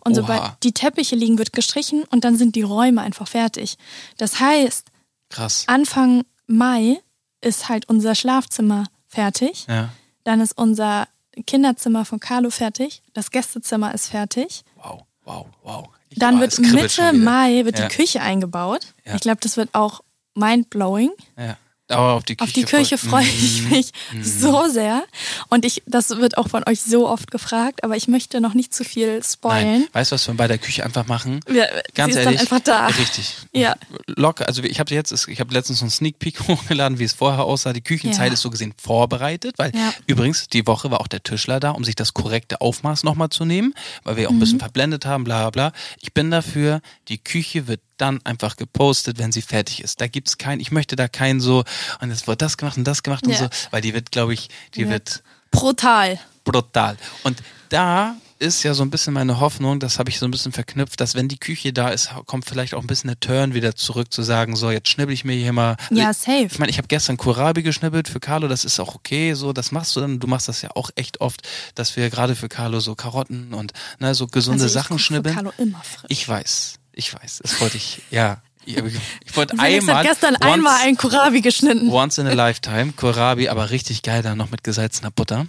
und Mhm. Oha. sobald die Teppiche liegen, wird gestrichen und dann sind die Räume einfach fertig. Das heißt, Krass. Anfang Mai ist halt unser Schlafzimmer fertig, Ja. dann ist unser Kinderzimmer von Carlo fertig, das Gästezimmer ist fertig. Wow, wow, wow. Ich- Dann oh, wird es kribbelt Mitte schon wieder. Mai wird Ja. die Küche eingebaut. Ja. Ich glaube, das wird auch mindblowing. Ja. Aber auf die Mhm. Kirche, Auf die Kirche freue ich mich so sehr. Und ich, das wird auch von euch so oft gefragt, aber ich möchte noch nicht zu viel spoilen. Nein, weißt du, was wir bei der Küche einfach machen? Wir, Ganz sie ist ehrlich, dann einfach da. richtig. Ja. Locker, also ich habe jetzt, ich habe letztens so einen Sneak Peek hochgeladen, wie es vorher aussah. Die Küchenzeit Ja. ist so gesehen vorbereitet, weil Ja. übrigens die Woche war auch der Tischler da, um sich das korrekte Aufmaß nochmal zu nehmen, weil wir auch ein bisschen Mhm. verblendet haben, bla bla. Ich bin dafür, die Küche wird dann einfach gepostet, wenn sie fertig ist. Da gibt's kein, ich möchte da kein so, und es wird das gemacht und das gemacht und Ja. so, weil die wird, glaube ich, die Ja. wird Brutal. brutal. Und da ist ja so ein bisschen meine Hoffnung, das habe ich so ein bisschen verknüpft, dass wenn die Küche da ist, kommt vielleicht auch ein bisschen der Turn wieder zurück zu sagen, so jetzt schnibbel ich mir hier mal. Ja, Also, safe. ich meine, ich habe gestern Kohlrabi geschnibbelt für Carlo, das ist auch okay, so, das machst du dann, du machst das ja auch echt oft, dass wir gerade für Carlo so Karotten und ne, so gesunde Also ich Sachen koch für schnibbeln. Carlo immer frisch. Ich weiß, ich weiß, das wollte ich, ja. Ich, ich wollte Felix einmal. hat gestern once- einmal einen Kohlrabi geschnitten. Once in a Lifetime. Kohlrabi, aber richtig geil, dann noch mit gesalzener Butter.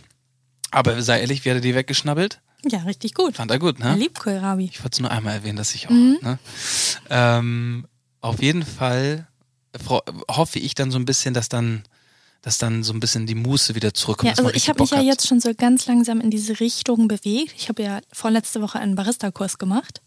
Aber sei ehrlich, wie hat er die weggeschnabbelt? Ja, richtig gut. Fand er gut, Er ne? liebt Kohlrabi. Ich wollte es nur einmal erwähnen, dass ich auch. Mhm. Ne? Ähm, auf jeden Fall fro- hoffe ich dann so ein bisschen, dass dann, dass dann so ein bisschen die Muße wieder zurückkommt. Ja, dass man also ich richtig habe mich Bock ja hat. jetzt schon so ganz langsam in diese Richtung bewegt. Ich habe ja vorletzte Woche einen Barista-Kurs gemacht.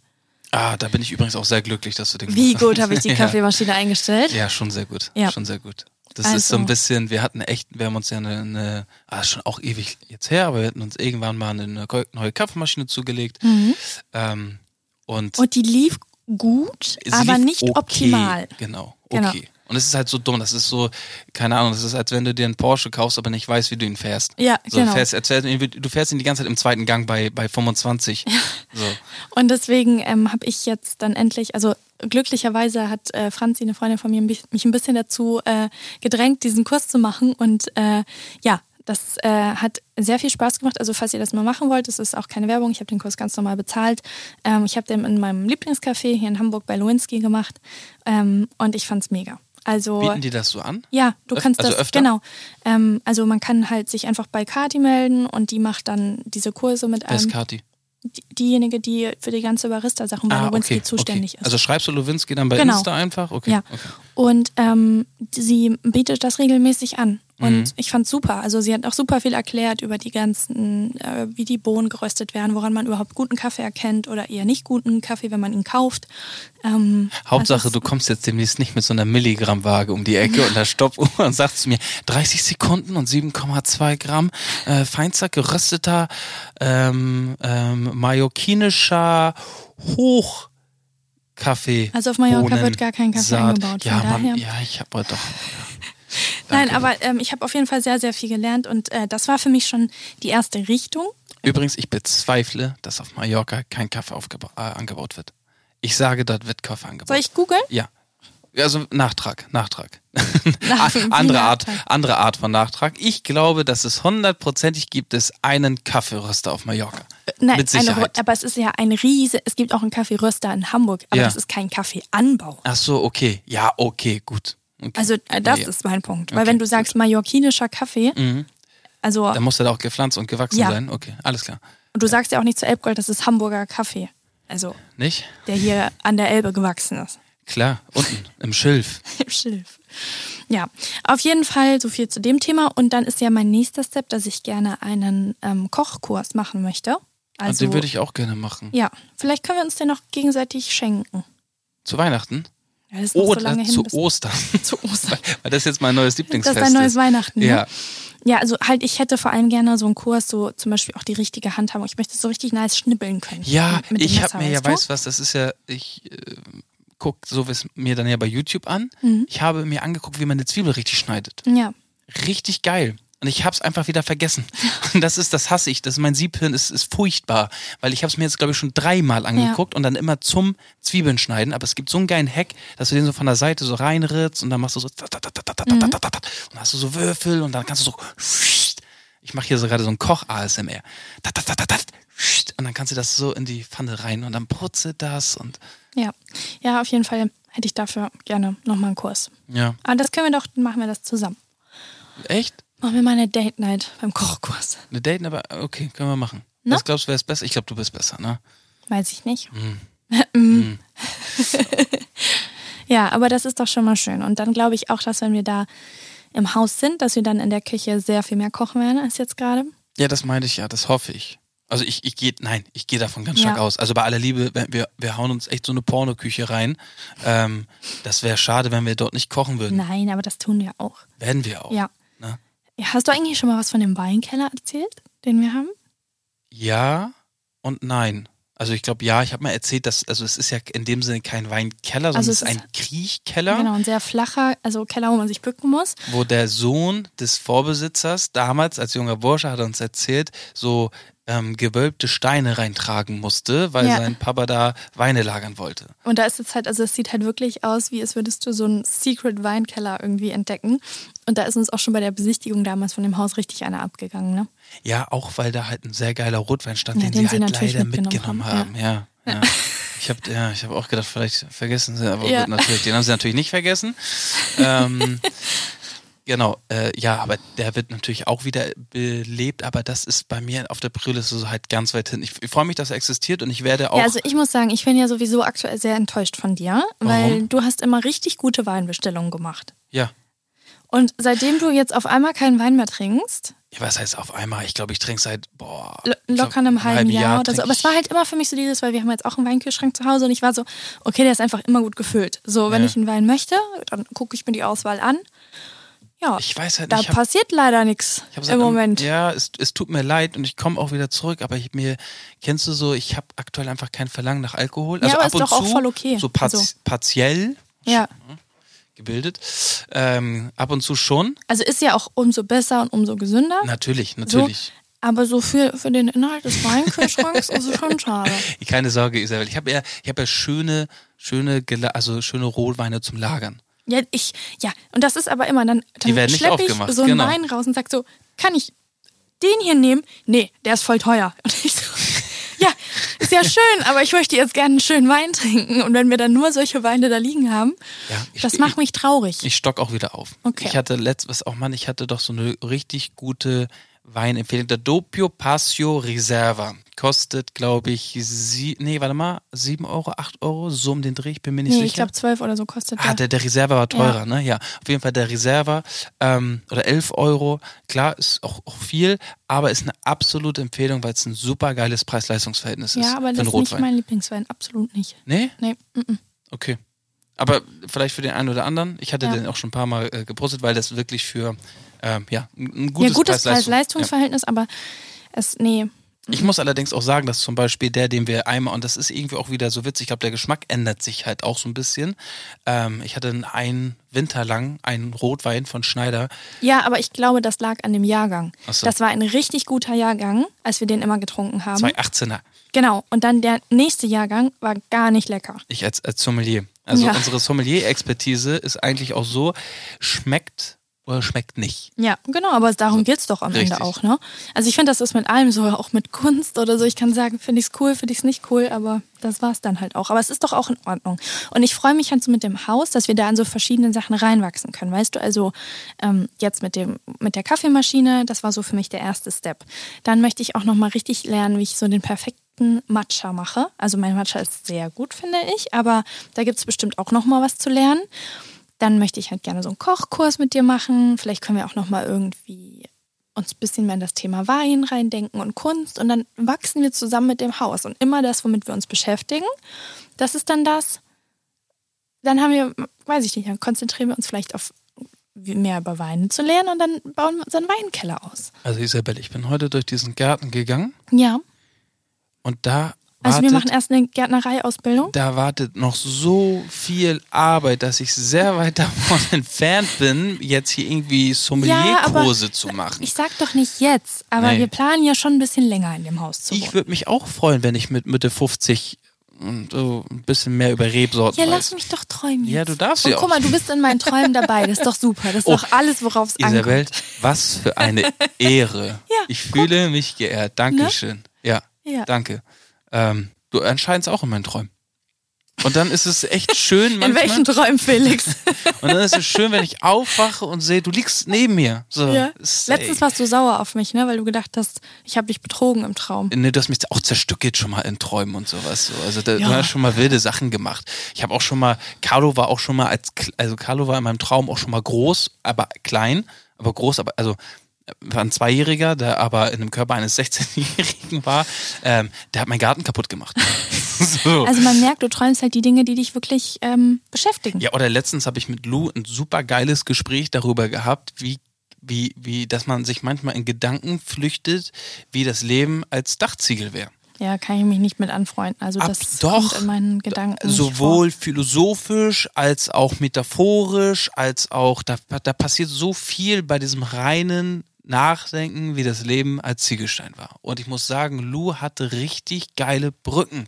Ah, da bin ich übrigens auch sehr glücklich, dass du den Wie gemacht hast. gut habe ich die Kaffeemaschine eingestellt? Ja, schon sehr gut. Ja. Schon sehr gut. Das ist Also. so ein bisschen, wir hatten echt, wir haben uns ja eine, eine ah, ist schon auch ewig jetzt her, aber wir hatten uns irgendwann mal eine neu- neue Kaffeemaschine zugelegt. Ähm, und, Mhm. Und die lief gut, sie aber lief nicht okay. optimal. Genau, okay. Genau. Und es ist halt so dumm, das ist so, keine Ahnung, das ist, als wenn du dir einen Porsche kaufst, aber nicht weißt, wie du ihn fährst. Ja, so, genau. Fährst, als fährst, du ihn- du fährst ihn die ganze Zeit im zweiten Gang bei, bei 25. So. Und deswegen ähm, habe ich jetzt dann endlich, also glücklicherweise hat äh, Franzi, eine Freundin von mir, mich mich ein bisschen dazu äh, gedrängt, diesen Kurs zu machen. Und äh, ja, das äh, hat sehr viel Spaß gemacht. Also falls ihr das mal machen wollt, es ist auch keine Werbung. Ich habe den Kurs ganz normal bezahlt. Ähm, ich habe den in meinem Lieblingscafé hier in Hamburg bei Lewinsky gemacht. Ähm, und ich fand's mega. Also Bieten die das so an? ja, du Öf- kannst also das, öfter? genau. Ähm, also man kann halt sich einfach bei Kati melden und die macht dann diese Kurse mit Wer ist einem, Kati? die- diejenige, die für die ganze Barista-Sachen bei Lewinsky zuständig ist. Ah, Also schreibst du Lewinsky dann bei Genau. Insta einfach? Okay. ja. okay. Und ähm, sie bietet das regelmäßig an. Und Mhm. ich fand's super. Also sie hat auch super viel erklärt über die ganzen, äh, wie die Bohnen geröstet werden, woran man überhaupt guten Kaffee erkennt oder eher nicht guten Kaffee, wenn man ihn kauft. Ähm, Hauptsache, also du kommst jetzt demnächst nicht mit so einer Milligrammwaage um die Ecke und der Stoppuhr und sagst zu mir 30 Sekunden und 7,2 Gramm äh, feinster gerösteter ähm, ähm, mallorquinischer Hoch Kaffee. Also auf Mallorca Bohnen, wird gar kein Kaffee Saat. angebaut, Ja, von daher. Mann, ja, ich habe heute doch. Nein, Danke. aber ähm, ich habe auf jeden Fall sehr, sehr viel gelernt und äh, das war für mich schon die erste Richtung. Übrigens, ich bezweifle, dass auf Mallorca kein Kaffee aufgeba- äh, angebaut wird. Ich sage, dort wird Kaffee angebaut. Soll ich googeln? Ja. Also Nachtrag, Nachtrag. Nach- wie andere, Art, Nachtrag? andere Art von Nachtrag. Ich glaube, dass es hundertprozentig gibt es einen Kaffeeröster auf Mallorca. Äh, Nein, Mit eine, Ru- Sicherheit. aber es ist ja ein Riese. Es gibt auch einen Kaffeeröster in Hamburg, aber Ja. das ist kein Kaffeeanbau. Ach so, okay. Ja, okay, gut. Okay. Also äh, das Ja. ist mein Punkt. Weil Okay, wenn du sagst mallorquinischer Kaffee, also Dann und muss er da auch gepflanzt und gewachsen Ja. sein. Okay, alles klar. du sagst ja auch nicht zu Elbgold, das ist Hamburger Kaffee. Also Nicht? der hier an der Elbe gewachsen ist. Klar, unten im Schilf. Im Schilf. Ja, auf jeden Fall so viel zu dem Thema. Und dann ist ja mein nächster Step, dass ich gerne einen ähm, Kochkurs machen möchte. Also und den würde ich auch gerne machen. ja, vielleicht können wir uns den noch gegenseitig schenken. Zu Weihnachten? Ja, das ist noch so Oder lange hin zu bis Ostern. zu Ostern. Weil das ist jetzt mein neues Das Lieblingsfest. ist ein neues Weihnachten. Ne? Ja. ja, also halt, ich hätte vor allem gerne so einen Kurs, so zum Beispiel auch die richtige Handhabung. Ich möchte so richtig nice schnippeln können. Ja, mit dem ich Messer, habe mir ja, weißt du? weißt du was, das ist ja, ich äh, gucke sowas mir dann ja bei YouTube an. Mhm. Ich habe mir angeguckt, wie man eine Zwiebel richtig schneidet. Ja. Richtig geil. Und ich habe es einfach wieder vergessen. Und das ist, das hasse ich. Das mein Siebhirn ist, ist furchtbar, weil ich habe es mir jetzt glaube ich schon dreimal angeguckt und dann immer zum Zwiebeln schneiden. Aber es gibt so einen geilen Hack, dass du den so von der Seite so reinritzt und dann machst du so tat, tat, tat, tat, tat, tat, tat, tat, und dann hast du so Würfel und dann kannst du so ich mache hier so gerade so einen Koch-ASMR. Tat, tat, tat, tat, tat, Und dann kannst du das so in die Pfanne rein und dann brutzelt das und Ja. Ja, auf jeden Fall hätte ich dafür gerne nochmal einen Kurs. ja. Aber das können wir doch, dann machen wir das zusammen. Echt? Machen wir mal eine Date Night beim Kochkurs. Eine Daten, aber okay, können wir machen. Ne? Was glaubst du, wer ist besser? Ich glaube, du bist besser, ne? Weiß ich nicht. Mm. ja, aber das ist doch schon mal schön. Und dann glaube ich auch, dass wenn wir da im Haus sind, dass wir dann in der Küche sehr viel mehr kochen werden als jetzt gerade. Ja, das meine ich ja, das hoffe ich. Also ich, ich gehe, nein, ich gehe davon ganz stark Ja. aus. Also bei aller Liebe, wir- wir, wir hauen uns echt so eine Pornoküche rein. Ähm, das wäre schade, wenn wir dort nicht kochen würden. Nein, aber das tun wir auch. Werden wir auch. Ja. Ne? Ja, Hast du eigentlich schon mal was von dem Weinkeller erzählt, den wir haben? Ja und nein. Also ich glaube, ja, ich habe mal erzählt, dass, also es ist ja in dem Sinne kein Weinkeller, sondern Also es ist es ist- ein Kriechkeller. Genau, ein sehr flacher, also Keller, wo man sich bücken muss. wo der Sohn des Vorbesitzers damals als junger Bursche hat er uns erzählt, so ähm, gewölbte Steine reintragen musste, weil Ja. sein Papa da Weine lagern wollte. Und da ist jetzt halt, also es sieht halt wirklich aus, wie als würdest du so einen Secret Weinkeller irgendwie entdecken. Und da ist uns auch schon bei der Besichtigung damals von dem Haus richtig einer abgegangen, ne? Ja, auch weil da halt ein sehr geiler Rotwein stand, Ja, den, den sie sie halt natürlich leider mitgenommen mitgenommen haben. haben, Ja. ja. Ich habe ja, ich hab auch gedacht, vielleicht vergessen sie, aber Ja. gut, natürlich, den haben sie natürlich nicht vergessen. ähm, genau, äh, ja, aber der wird natürlich auch wieder belebt, aber das ist bei mir auf der Priorliste so halt ganz weit hin. Ich, ich freue mich, dass er existiert und ich werde auch. Ja, also ich muss sagen, ich bin ja sowieso aktuell sehr enttäuscht von dir, weil Warum? du hast immer richtig gute Weinbestellungen gemacht. ja. Und seitdem du jetzt auf einmal keinen Wein mehr trinkst, Ja, was heißt auf einmal? Ich glaube, ich trinke seit boah, lo ich glaub, locker in einem halben Jahr, oder trink so. Aber es ich- war halt immer für mich so dieses, weil wir haben jetzt auch einen Weinkühlschrank zu Hause und ich war so, okay, der ist einfach immer gut gefüllt. So, wenn Ja. ich einen Wein möchte, dann gucke ich mir die Auswahl an. Ja, Ich weiß halt da nicht. ich hab- passiert leider nichts ich hab seit im einem- Moment. Ja, es, es tut mir leid und ich komme auch wieder zurück, aber ich mir, kennst du so, ich habe aktuell einfach kein Verlangen nach Alkohol. Also aber ab ist und doch auch zu, voll okay. So par Also- partiell Ja, gebildet. Ähm, ab und zu schon. also ist ja auch umso besser und umso gesünder. Natürlich, natürlich. So, aber so für, für den Inhalt des Weinkühlschranks ist es schon schade. Keine Sorge, Isabel. Ich habe ja, ich hab ja schöne, schöne, gela- also schöne Rohweine zum Lagern. Ja, ich, ja, und das ist aber immer, dann, Die dann werden nicht schlepp ich aufgemacht, so einen genau. Wein raus und sag so, kann ich den hier nehmen? Nee, der ist voll teuer. Und ich so, ja, ist ja schön, aber ich möchte jetzt gerne einen schönen Wein trinken. Und wenn wir dann nur solche Weine da liegen haben, Ja, ich- das macht mich traurig. Ich stock auch wieder auf. Okay. Ich hatte letztes, auch Mann, ich hatte doch so eine richtig gute Weinempfehlung. Der Doppio Passio Reserva kostet, glaube ich, sie, nee, warte mal, 7 Euro, 8 Euro, so um den Dreh, ich bin mir nicht nee, ich sicher. glaube zwölf oder so kostet Ah, der. der, der Reserva war teurer, ne? Ja, auf jeden Fall der Reserva ähm, oder 11 Euro. Klar, ist auch, auch viel, aber ist eine absolute Empfehlung, weil es ein super geiles Preis-Leistungs-Verhältnis ist. Ja, aber für das einen ist nicht Rotwein. mein Lieblingswein, absolut nicht. nee? Nee, mhm. Okay. Aber vielleicht für den einen oder anderen. Ich hatte Ja. den auch schon ein paar Mal äh, gepostet, weil das wirklich für ähm, ja, ein ein ja, gutes, gutes Preis-Leistungs- Preis-Leistungs-Verhältnis, aber es, nee, Ich muss allerdings auch sagen, dass zum Beispiel der, den wir einmal, und das ist irgendwie auch wieder so witzig, ich glaube, der Geschmack ändert sich halt auch so ein bisschen. Ähm, ich hatte einen Winter lang einen Rotwein von Schneider. Ja, aber ich glaube, das lag an dem Jahrgang. Ach so. Das war ein richtig guter Jahrgang, als wir den immer getrunken haben. 2018er. Genau. Und dann der nächste Jahrgang war gar nicht lecker. Ich als, als Sommelier. Also Ja. unsere Sommelier-Expertise ist eigentlich auch so, schmeckt oder schmeckt nicht. Ja, genau, aber darum geht's doch am Richtig. Ende auch, ne? Also ich finde, das ist mit allem so, auch mit Kunst oder so. Ich kann sagen, finde ich's cool, finde ich's nicht cool, aber das war's dann halt auch. Aber es ist doch auch in Ordnung. Und ich freue mich halt so mit dem Haus, dass wir da an so verschiedenen Sachen reinwachsen können. Weißt du, also ähm, jetzt mit, dem, mit der Kaffeemaschine, das war so für mich der erste Step. Dann möchte ich auch nochmal richtig lernen, wie ich so den perfekten Matcha mache. Also mein Matcha ist sehr gut, finde ich, aber da gibt's bestimmt auch nochmal was zu lernen dann möchte ich halt gerne so einen Kochkurs mit dir machen. Vielleicht können wir auch noch mal irgendwie uns ein bisschen mehr in das Thema Wein reindenken und Kunst und dann wachsen wir zusammen mit dem Haus und immer das, womit wir uns beschäftigen, das ist dann das. Dann haben wir, weiß ich nicht, dann konzentrieren wir uns vielleicht auf mehr über Weine zu lernen und dann bauen wir unseren Weinkeller aus. Also Isabel, ich bin heute durch diesen Garten gegangen Ja, und da also wir machen wartet, erst eine Gärtnereiausbildung. da wartet noch so viel Arbeit, dass ich sehr weit davon entfernt bin, jetzt hier irgendwie Sommelier-Kurse zu machen. Ich sag doch nicht jetzt, aber Nee. wir planen ja schon ein bisschen länger in dem Haus zu wohnen. Ich würde mich auch freuen, wenn ich mit Mitte 50 und so ein bisschen mehr über Rebsorten Ja, weiß. lass mich doch träumen. Ja, jetzt. du darfst Und ja guck mal, du bist in meinen Träumen dabei. Das ist doch super. Das ist Oh, doch alles, worauf es ankommt. Isabel, was für eine Ehre. Ja, Ne? ich fühle mich geehrt. Dankeschön. Ja, Ja. danke. Ähm, du erscheinst auch in meinen Träumen. Und dann ist es echt schön In manchmal. welchen Träumen, Felix? Und dann ist es schön, wenn ich aufwache und sehe, du liegst neben mir. So, ja. safe. Letztens warst du sauer auf mich, ne? weil du gedacht hast, ich habe dich betrogen im Traum. Nee, Ne, du hast mich auch zerstückelt schon mal in Träumen und sowas. So. Also da, Ja. du hast schon mal wilde Sachen gemacht. Ich habe auch schon mal, Carlo war auch schon mal als, kl- also Carlo war in meinem Traum auch schon mal groß, aber klein, aber groß, aber also äh, war ein Zweijähriger, der aber in dem Körper eines 16-Jährigen war, ähm, der hat meinen Garten kaputt gemacht. so. Also man merkt, du träumst halt die Dinge, die dich wirklich ähm, beschäftigen. Ja, oder letztens habe ich mit Lou ein super geiles Gespräch darüber gehabt, wie, wie, wie, dass man sich manchmal in Gedanken flüchtet, wie das Leben als Dachziegel wäre. Ja, kann ich mich nicht mit anfreunden. Also Ab- das doch. kommt in meinen Gedanken. nicht Sowohl philosophisch als auch metaphorisch, als auch, da, da passiert so viel bei diesem reinen Nachdenken, wie das Leben als Ziegelstein war. Und ich muss sagen, Lou hatte richtig geile Brücken,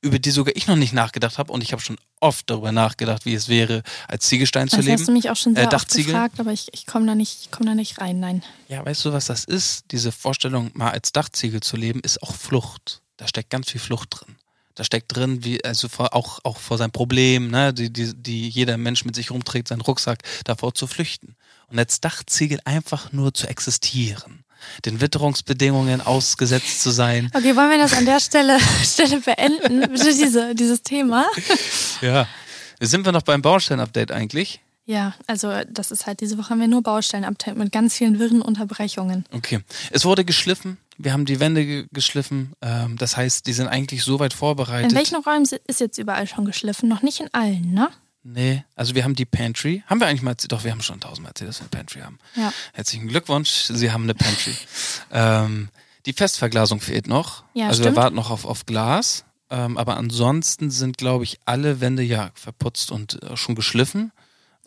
über die sogar ich noch nicht nachgedacht habe. Und ich habe schon oft darüber nachgedacht, wie es wäre, als Ziegelstein vor. zu Das hast du leben. mich auch schon sehr Äh, oft Dachziegel? gefragt, aber ich, ich komme da, nicht- ich komm da nicht rein, nein. Ja, weißt du, was das ist? Diese Vorstellung, mal als Dachziegel zu leben, ist auch Flucht. Da steckt ganz viel Flucht drin. Da steckt drin, wie, also vor, auch, auch vor seinem Problem, ne, die, die, die jeder Mensch mit sich rumträgt, seinen Rucksack, davor zu flüchten. Und als Dachziegel einfach nur zu existieren, den Witterungsbedingungen ausgesetzt zu sein. Okay, wollen wir das an der Stelle, Stelle beenden? Bitte diese, dieses Thema. Ja. Sind wir noch beim Baustein-Update eigentlich? Ja, also das ist halt, diese Woche haben wir nur Baustellenabteil mit ganz vielen wirren Unterbrechungen. Okay. Es wurde geschliffen. Wir haben die Wände ge- geschliffen. Ähm, das heißt, die sind eigentlich so weit vorbereitet. In welchen Räumen si- ist jetzt überall schon geschliffen? Noch nicht in allen, ne? Nee, also wir haben die Pantry. Haben wir eigentlich mal erzählt? Doch, wir haben schon tausendmal erzählt, dass wir eine Pantry haben. Ja. Herzlichen Glückwunsch, Sie haben eine Pantry. ähm, die Festverglasung fehlt noch. Ja, also stimmt. wir warten noch auf, auf Glas. Ähm, aber ansonsten sind, glaube ich, alle Wände ja verputzt und äh, schon geschliffen.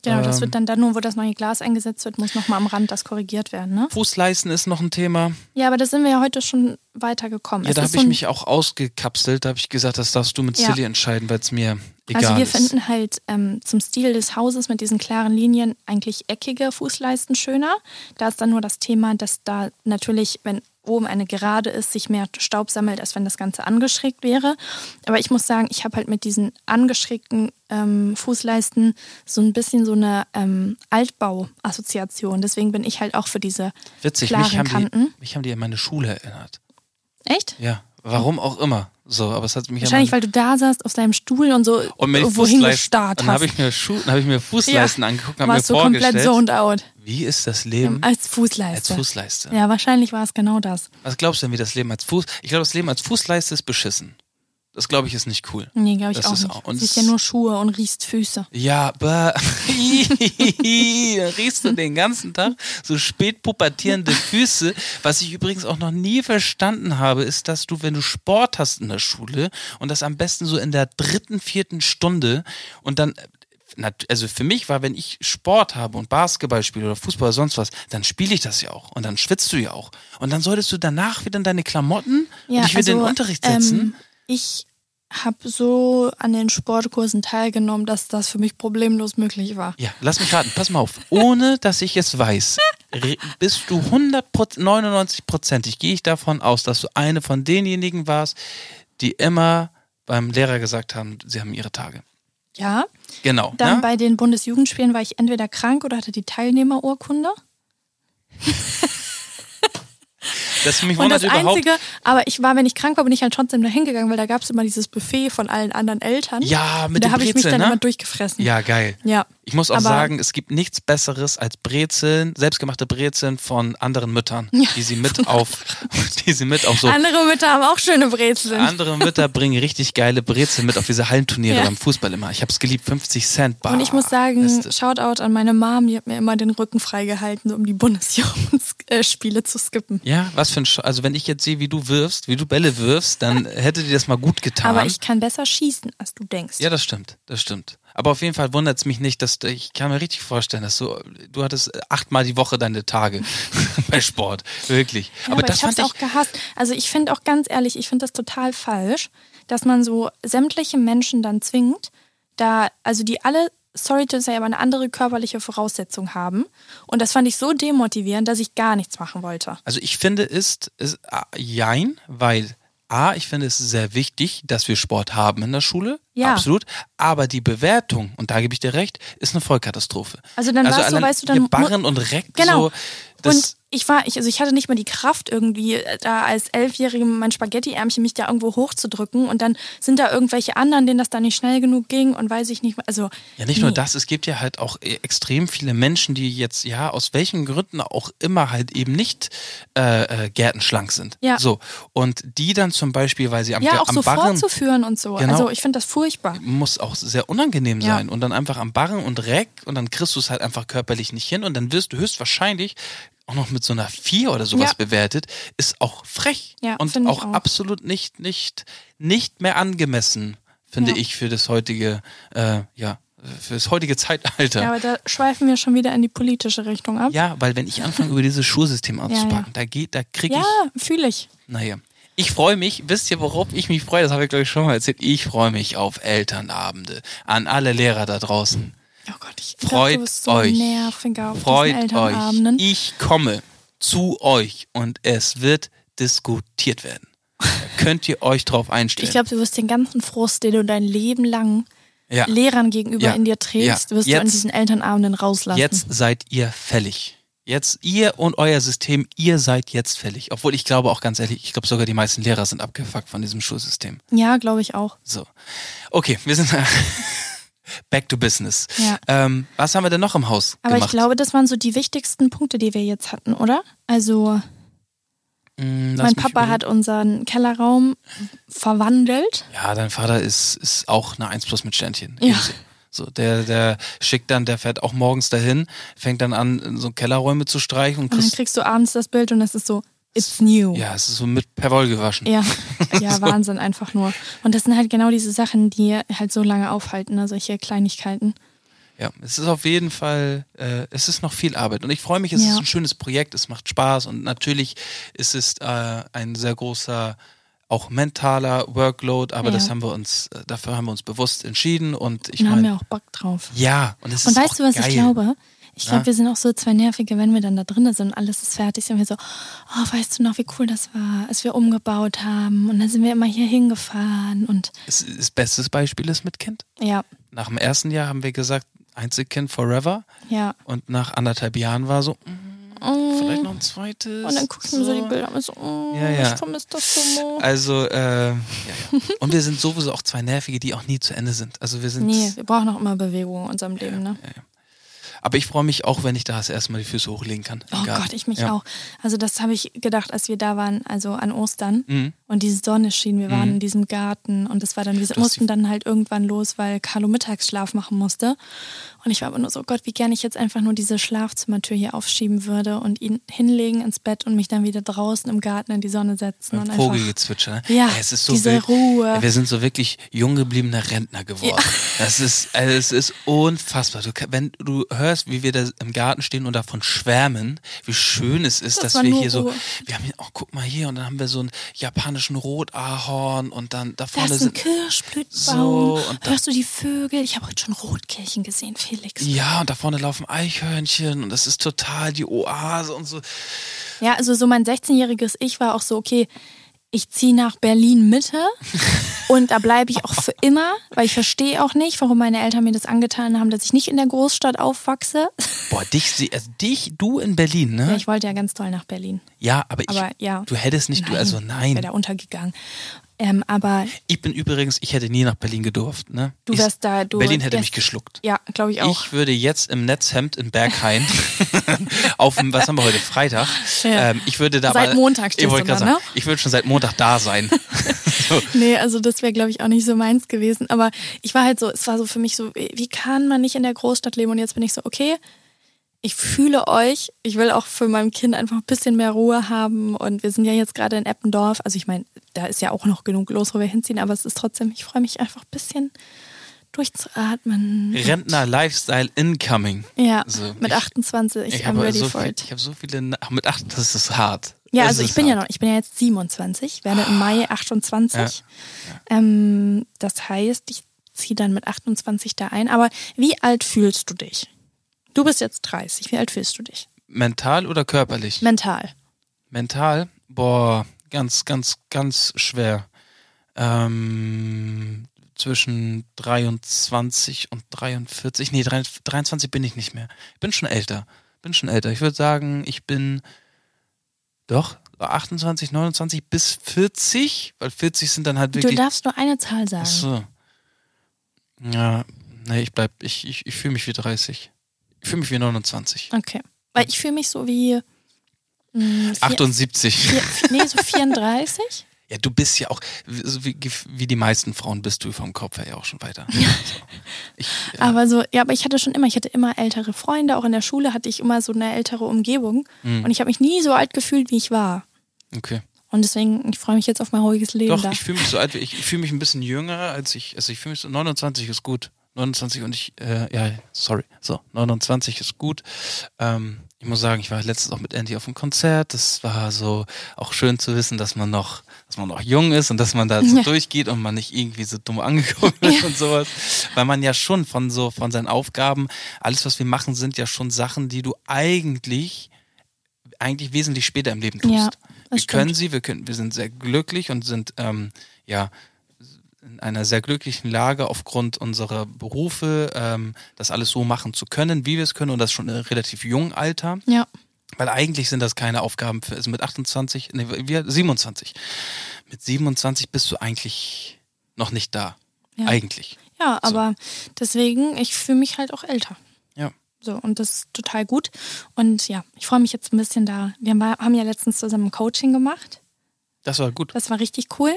Genau, das Ähm. wird dann da nur, wo das neue Glas eingesetzt wird, muss nochmal am Rand das korrigiert werden, ne? Fußleisten ist noch ein Thema. Ja, aber da sind wir ja heute schon weitergekommen. Ja, Es da ist habe so ich ein- mich auch ausgekapselt. Da habe ich gesagt, das darfst du mit Ja. Silly entscheiden, weil es mir egal Also wir ist. finden halt ähm, zum Stil des Hauses mit diesen klaren Linien eigentlich eckige Fußleisten schöner. Da ist dann nur das Thema, dass da natürlich, wenn oben eine gerade ist, sich mehr Staub sammelt, als wenn das Ganze angeschrägt wäre. Aber ich muss sagen, ich habe halt mit diesen angeschrägten ähm, Fußleisten so ein bisschen so eine ähm, Altbau-Assoziation. Deswegen bin ich halt auch für diese Witzig, klaren mich haben, die, Kanten. mich haben die an meine Schule erinnert. Echt? Ja, warum auch immer. So, aber es hat mich an Wahrscheinlich, meine- weil du da saßt auf deinem Stuhl und so Und mir die wohin Fußleisten, gestarrt dann habe hast. ich mir Schu dann habe ich mir Fußleisten Ja, angeguckt, habe mir warst du komplett vorgestellt, zoned out. wie ist das Leben Als Hm? als Fußleiste. Fußleiste? Ja, wahrscheinlich war es genau das. Was glaubst du denn, wie das Leben als Fuß? Ich glaube, das Leben als Fußleiste ist beschissen. Das glaube ich ist nicht cool. Nee, glaube ich Das auch ist nicht. auch- Auch, und Siehst ja nur Schuhe und riechst Füße. Ja, bäh. riechst du den ganzen Tag so spät pubertierende Füße. Was ich übrigens auch noch nie verstanden habe, ist, dass du, wenn du Sport hast in der Schule und das am besten so in der dritten, vierten Stunde und dann, nat- also für mich war, wenn ich Sport habe und Basketball spiele oder Fußball oder sonst was, dann spiele ich das ja auch und dann schwitzt du ja auch. Und dann solltest du danach wieder in deine Klamotten und dich wieder in den Unterricht setzen. Ähm, ich habe so an den Sportkursen teilgenommen, dass das für mich problemlos möglich war. Ja, lass mich raten, pass mal auf. Ohne dass ich es weiß, re- bist du 99%ig, gehe ich davon aus, dass du eine von denjenigen warst, die immer beim Lehrer gesagt haben, sie haben ihre Tage. Ja. Genau. Dann ne? bei den Bundesjugendspielen war ich entweder krank oder hatte die Teilnehmerurkunde. Das mich Und das wundert überhaupt. Einzige, aber ich war, wenn ich krank war, bin ich halt trotzdem da hingegangen, weil da gab es immer dieses Buffet von allen anderen Eltern. Ja, mit Da den habe ich mich Brezeln, dann ne? immer durchgefressen. Ja, geil. Ja. Ich muss auch Aber- sagen, es gibt nichts Besseres als Brezeln, selbstgemachte Brezeln von anderen Müttern, die sie mit auf, die sie mit auf so Andere Mütter haben auch schöne Brezeln. Andere Mütter bringen richtig geile Brezeln mit auf diese Hallenturniere Ja. beim Fußball immer. Ich hab's geliebt, 50 Cent Bar. Und ich muss sagen, Beste. Shoutout an meine Mom, die hat mir immer den Rücken freigehalten, um die Bundesjugendspiele zu skippen. ja, was für ein Sch also wenn ich jetzt sehe, wie du wirfst, wie du Bälle wirfst, dann hätte dir das mal gut getan. Aber ich kann besser schießen, als du denkst. ja, das stimmt, das stimmt. Aber auf jeden Fall wundert es mich nicht, dass du- ich kann mir richtig vorstellen, dass du du hattest achtmal die Woche deine Tage bei Sport, wirklich. Ja, aber, das ich hab's fand ich auch gehasst. Also ich finde auch ganz ehrlich, ich finde das total falsch, dass man so sämtliche Menschen dann zwingt, da, also die alle, sorry to say, aber eine andere körperliche Voraussetzung haben. Und das fand ich so demotivierend, dass ich gar nichts machen wollte. Also ich finde ist, ist ah, jein, weil A, ich finde es sehr wichtig, dass wir Sport haben in der Schule. Ja. Absolut. Aber die Bewertung, und da gebe ich dir recht, ist eine Vollkatastrophe. Also dann warst du, allein weißt du, dann mu- Barren und Reck, Genau. so, das, und ich war, ich, also ich hatte nicht mal die Kraft irgendwie, äh, da als Elfjährige mein Spaghetti-Ärmchen mich da irgendwo hochzudrücken und dann sind da irgendwelche anderen, denen das da nicht schnell genug ging und weiß ich nicht, also. Ja, nicht nur nee. das, es gibt ja halt auch äh, extrem viele Menschen, die jetzt, ja, aus welchen Gründen auch immer halt eben nicht äh, äh, gärtenschlank sind. Ja. So. Und die dann zum Beispiel, weil sie am, Ja, Ge- auch am so Barren vorzuführen und so. Genau. Also ich finde das furchtbar. muss auch sehr unangenehm Ja. sein und dann einfach am Barren und Reck und dann kriegst du es halt einfach körperlich nicht hin und dann wirst du höchstwahrscheinlich auch noch mit so einer 4 oder sowas Ja. bewertet, ist auch frech Ja, und finde ich auch, auch. absolut nicht, nicht, nicht mehr angemessen, finde Ja. ich, für das heutige, äh, ja, für das heutige Zeitalter. Ja, Ja, aber da schweifen wir schon wieder in die politische Richtung ab. weil wenn ich anfange, über dieses Schulsystem auszupacken, ja. da geht, da kriege Ja, ich fühle ich. naja. Ich freue mich, wisst ihr, worauf ich mich freue? Das habe ich, glaube ich, schon mal erzählt. Ich freue mich auf Elternabende. An alle Lehrer da draußen. Oh Gott, ich Freut dachte, du bist so euch. nerviger auf Freut diesen euch. Elternabenden. Ich komme zu euch und es wird diskutiert werden. Da könnt ihr euch drauf einstellen. Ich glaube, du wirst den ganzen Frust, den du dein Leben lang ja. Lehrern gegenüber Ja. in dir trägst, Ja. wirst du an Jetzt- diesen Elternabenden rauslassen. Jetzt seid ihr fällig. Jetzt ihr und euer System, ihr seid jetzt fällig. Obwohl ich glaube auch ganz ehrlich, ich glaube sogar die meisten Lehrer sind abgefuckt von diesem Schulsystem. Ja, glaube ich auch. So. Okay, wir sind back to business. Ja. Ähm, was haben wir denn noch im Haus Aber gemacht? ich glaube, das waren so die wichtigsten Punkte, die wir jetzt hatten, oder? Also, Mm, lass mein mich Papa überlegen. hat unseren Kellerraum verwandelt. Ja, dein Vater ist, ist auch eine 1 plus mit Sternchen. Ja. Ebenso. So, der, der schickt dann, der fährt auch morgens dahin, fängt dann an, so Kellerräume zu streichen und Und dann kriegst, kriegst du abends das Bild und es ist so, it's new. ja, es ist so mit Perwoll gewaschen. Ja, ja, Wahnsinn einfach nur. Und das sind halt genau diese Sachen, die halt so lange aufhalten, ne? solche Kleinigkeiten. Ja, es ist auf jeden Fall, äh, es ist noch viel Arbeit und ich freue mich, es Ja. ist ein schönes Projekt, es macht Spaß und natürlich ist es äh, ein sehr großer, auch mentaler Workload, aber Ja. das haben wir uns, äh, dafür haben wir uns bewusst entschieden und ich Und da haben wir meine, auch Bock drauf. ja, und es Und ist weißt auch du, was geil. ich glaube? Ich glaube, Ja. wir sind auch so zwei Nervige, wenn wir dann da drinnen sind und alles ist fertig, sind wir so, oh, weißt du noch, wie cool das war, als wir umgebaut haben und dann sind wir immer hier hingefahren und Es, das bestes Beispiel ist mit Kind. ja, Nach dem ersten Jahr haben wir gesagt, Einzelkind forever. ja. Und nach anderthalb Jahren war so, mm, vielleicht noch ein zweites. Hm. Mm. Und dann gucke ich mir so die Bilder an und so, oh, Ja, ja. ich vermisse das so. Mo. Also, äh, ja, ja. Und wir sind sowieso auch zwei Nervige, die auch nie zu Ende sind. Also wir sind. Nee, wir brauchen auch immer Bewegung in unserem Leben, ne? Aber ich freue mich auch, wenn ich da das erste Mal die Füße hochlegen kann. Oh Egal. Gott, ich mich ja. auch. Also das habe ich gedacht, als wir da waren, also an Ostern. Mhm. Und die Sonne schien, wir waren in diesem Garten und es war dann, wir hast mussten dann halt irgendwann los, weil Carlo Mittagsschlaf machen musste. Und ich war aber nur so, Gott, wie gerne ich jetzt einfach nur diese Schlafzimmertür hier aufschieben würde und ihn hinlegen ins Bett und mich dann wieder draußen im Garten in die Sonne setzen. Und einfach, Vogelgezwitscher. ne? Ja, es ist so diese wild. Ruhe. Wir sind so wirklich jung gebliebene Rentner geworden. Das ist, also es ist unfassbar. Du, kann- wenn du hörst, wie wir da im Garten stehen und davon schwärmen, wie schön es ist, Das dass war wir nur hier so, Ruhe. wir haben hier, oh, guck mal hier, und dann haben wir so einen japanischen Rotahorn und dann da da vorne ist ein sind. Kirschblütenbaum. So, und da- Hörst du die Vögel? Ich habe heute schon Rotkehlchen gesehen, Felix. Ja, und da vorne laufen Eichhörnchen und das ist total die Oase und so. Ja, also so mein 16-jähriges Ich war auch so, okay, ich ziehe nach Berlin Mitte und da bleibe ich auch für immer, weil ich verstehe auch nicht, warum meine Eltern mir das angetan haben, dass ich nicht in der Großstadt aufwachse. Boah, dich, sie- also dich, du in Berlin, ne? Ja, ich wollte ja ganz doll nach Berlin. ja, aber, ich, Aber ja. du hättest nicht, du, also Ich nein. wäre da untergegangen. Ähm, aber Ich bin übrigens, ich hätte nie nach Berlin gedurft. Ne? Du ich, wärst da, du Berlin hätte wärst- mich geschluckt. ja, glaube ich auch. Ich würde jetzt im Netzhemd in Berghain auf dem, was haben wir heute, Freitag. Ja. Ähm, ich würde da Seit mal- Montag ich stehst wollte du gerade da, sagen, ne? Ich würde schon seit Montag da sein. so. Nee, also das wäre, glaube ich, auch nicht so meins gewesen. Aber ich war halt so, es war so für mich so, wie kann man nicht in der Großstadt leben? Und jetzt bin ich so, okay, ich fühle euch. Ich will auch für mein Kind einfach ein bisschen mehr Ruhe haben. Und wir sind ja jetzt gerade in Eppendorf. Also ich meine, da ist ja auch noch genug los, wo wir hinziehen. Aber es ist trotzdem, ich freue mich einfach ein bisschen durchzuatmen. Rentner Lifestyle Incoming. Ja, So, also mit ich- 28, ich, Ich I'm habe ready so, for viel, it. ich habe so viele, Na- ach, mit acht, das ist hart. Ja, Das also ist ich bin ja hart. noch, ich bin ja jetzt 27, werde im Mai 28. Ähm, das heißt, ich ziehe dann mit 28 da ein. Aber wie alt fühlst du dich? Du bist jetzt 30. Wie alt fühlst du dich? Mental oder körperlich? Mental. Mental? Boah, ganz, ganz, ganz schwer. Ähm, zwischen 23 und 43. Nee, 23 bin ich nicht mehr. Ich bin schon älter. Bin schon älter. Ich würde sagen, ich bin doch 28, 29 bis 40, weil 40 sind dann halt Du wirklich. darfst nur eine Zahl sagen. Ach so. Ja, nee, ich bleib, ich, ich, ich fühle mich wie 30. Ich fühle mich wie 29. Okay. Weil ich fühle mich so wie. Mh, vier, 78. vier, nee, so 34. Ja, du bist ja auch, so wie, wie die meisten Frauen bist du vom Kopf her ja auch schon weiter. Ich, äh, Aber so, ja, aber ich hatte schon immer, ich hatte immer ältere Freunde, auch in der Schule hatte ich immer so eine ältere Umgebung. Mhm. Und ich habe mich nie so alt gefühlt, wie ich war. okay. Und deswegen, ich freue mich jetzt auf mein ruhiges Leben Doch, da. ich fühle mich so alt, wie- ich, ich fühle mich ein bisschen jünger, als ich, also ich fühle mich so, 29 ist gut. 29 und ich, äh, ja, sorry, so, 29 ist gut. Ähm, ich muss sagen, ich war letztens auch mit Andy auf einem Konzert. Das war so auch schön zu wissen, dass man noch, dass man noch jung ist und dass man da so durchgeht und man nicht irgendwie so dumm angeguckt wird und sowas. Weil man ja schon von so, von seinen Aufgaben, alles, was wir machen, sind ja schon Sachen, die du eigentlich, eigentlich wesentlich später im Leben tust. Ja, das wir stimmt. können sie, wir können, wir sind sehr glücklich und sind, ähm, ja, in einer sehr glücklichen Lage aufgrund unserer Berufe, ähm, das alles so machen zu können, wie wir es können und das schon in einem relativ jungen Alter. ja. Weil eigentlich sind das keine Aufgaben für, also mit 28, nee, wir, 27. Mit 27 bist du eigentlich noch nicht da. Ja. Eigentlich. Ja, aber deswegen, ich fühle mich halt auch älter. Ja. So, und das ist total gut. Und ja, ich freue mich jetzt ein bisschen da. Wir haben- haben ja letztens zusammen ein Coaching gemacht. Das war gut. Das war richtig cool.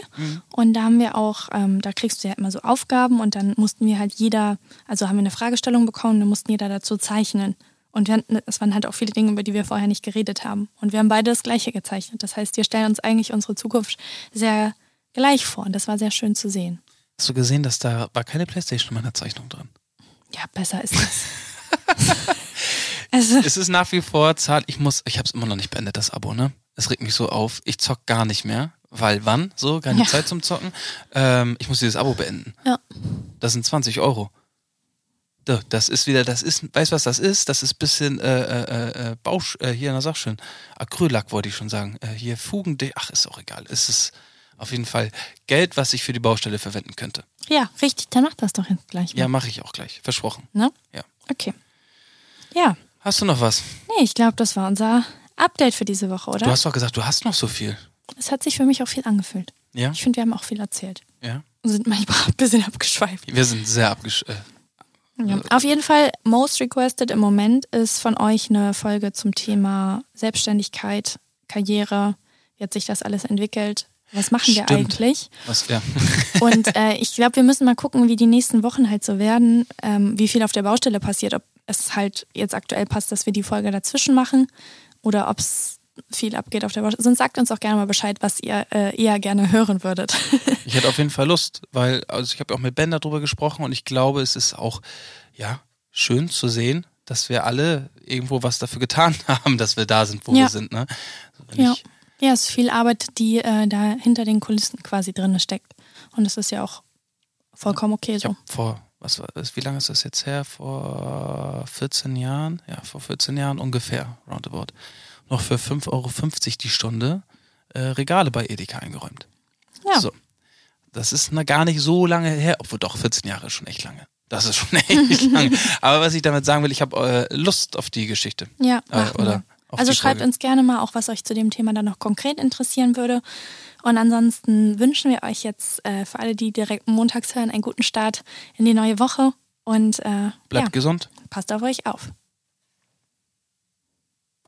Und da haben wir auch, ähm, da kriegst du ja immer so Aufgaben und dann mussten wir halt jeder, also haben wir eine Fragestellung bekommen, dann mussten jeder dazu zeichnen. Und wir hatten, es waren halt auch viele Dinge, über die wir vorher nicht geredet haben. Und wir haben beide das Gleiche gezeichnet. Das heißt, wir stellen uns eigentlich unsere Zukunft sehr gleich vor. Und das war sehr schön zu sehen. Hast du gesehen, dass da war keine Playstation in meiner Zeichnung dran? Ja, besser ist das. also, Es ist nach wie vor zart. Ich muss, ich habe es immer noch nicht beendet, das Abo, ne? Es regt mich so auf. Ich zock gar nicht mehr, weil wann? So, keine Ja. Zeit zum Zocken. Ähm, ich muss dieses Abo beenden. Ja. Das sind 20 Euro. So, Das ist wieder, das ist, weißt du was das ist? Das ist bisschen äh, äh, äh, Bausch, äh, hier, na sag schön, Acryllack wollte ich schon sagen. Äh, hier Fugen, ach, ist auch egal. Es ist auf jeden Fall Geld, was ich für die Baustelle verwenden könnte. Ja, richtig, dann mach das doch jetzt gleich. Mal, Ja, mache ich auch gleich, versprochen. Ne? Ja. Okay. Ja, Hast du noch was? nee, ich glaube, das war unser Update für diese Woche, Du oder? hast doch gesagt, du hast noch so viel. Es hat sich für mich auch viel angefühlt. Ja? Ich finde, wir haben auch viel erzählt. Ja. Und sind manchmal ein bisschen abgeschweift. Wir sind sehr abgesch... Äh, Ja. Auf jeden Fall, most requested im Moment ist von euch eine Folge zum Thema Selbstständigkeit, Karriere, wie hat sich das alles entwickelt. Was machen wir Stimmt. eigentlich? Was, ja. Und äh, ich glaube, wir müssen mal gucken, wie die nächsten Wochen halt so werden, ähm, wie viel auf der Baustelle passiert, ob es halt jetzt aktuell passt, dass wir die Folge dazwischen machen oder ob es viel abgeht auf der Baustelle. Sonst sagt uns auch gerne mal Bescheid, was ihr äh, eher gerne hören würdet. Ich hätte auf jeden Fall Lust, weil also ich habe auch mit Ben darüber gesprochen und ich glaube, es ist auch ja schön zu sehen, dass wir alle irgendwo was dafür getan haben, dass wir da sind, wo Ja. wir sind. Ne? Wenn ja. Ich, ja, es ist viel Arbeit, die äh, da hinter den Kulissen quasi drin steckt. Und das ist ja auch vollkommen okay ich so. habe vor was war das, wie lange ist das jetzt her? Vor 14 Jahren, ja vor 14 Jahren ungefähr roundabout noch für 5,50 Euro die Stunde äh, Regale bei Edeka eingeräumt. Ja. So. Das ist na, gar nicht so lange her, obwohl doch 14 Jahre ist schon echt lange. Das ist schon echt lange. Aber was ich damit sagen will, ich habe äh, Lust auf die Geschichte. Ja, Äh, machen wir. oder auf Also die schreibt Folge. uns gerne mal auch, was euch zu dem Thema dann noch konkret interessieren würde. Und ansonsten wünschen wir euch jetzt äh, für alle, die direkt montags hören, einen guten Start in die neue Woche. Und äh, ja, Bleibt gesund. passt auf euch auf.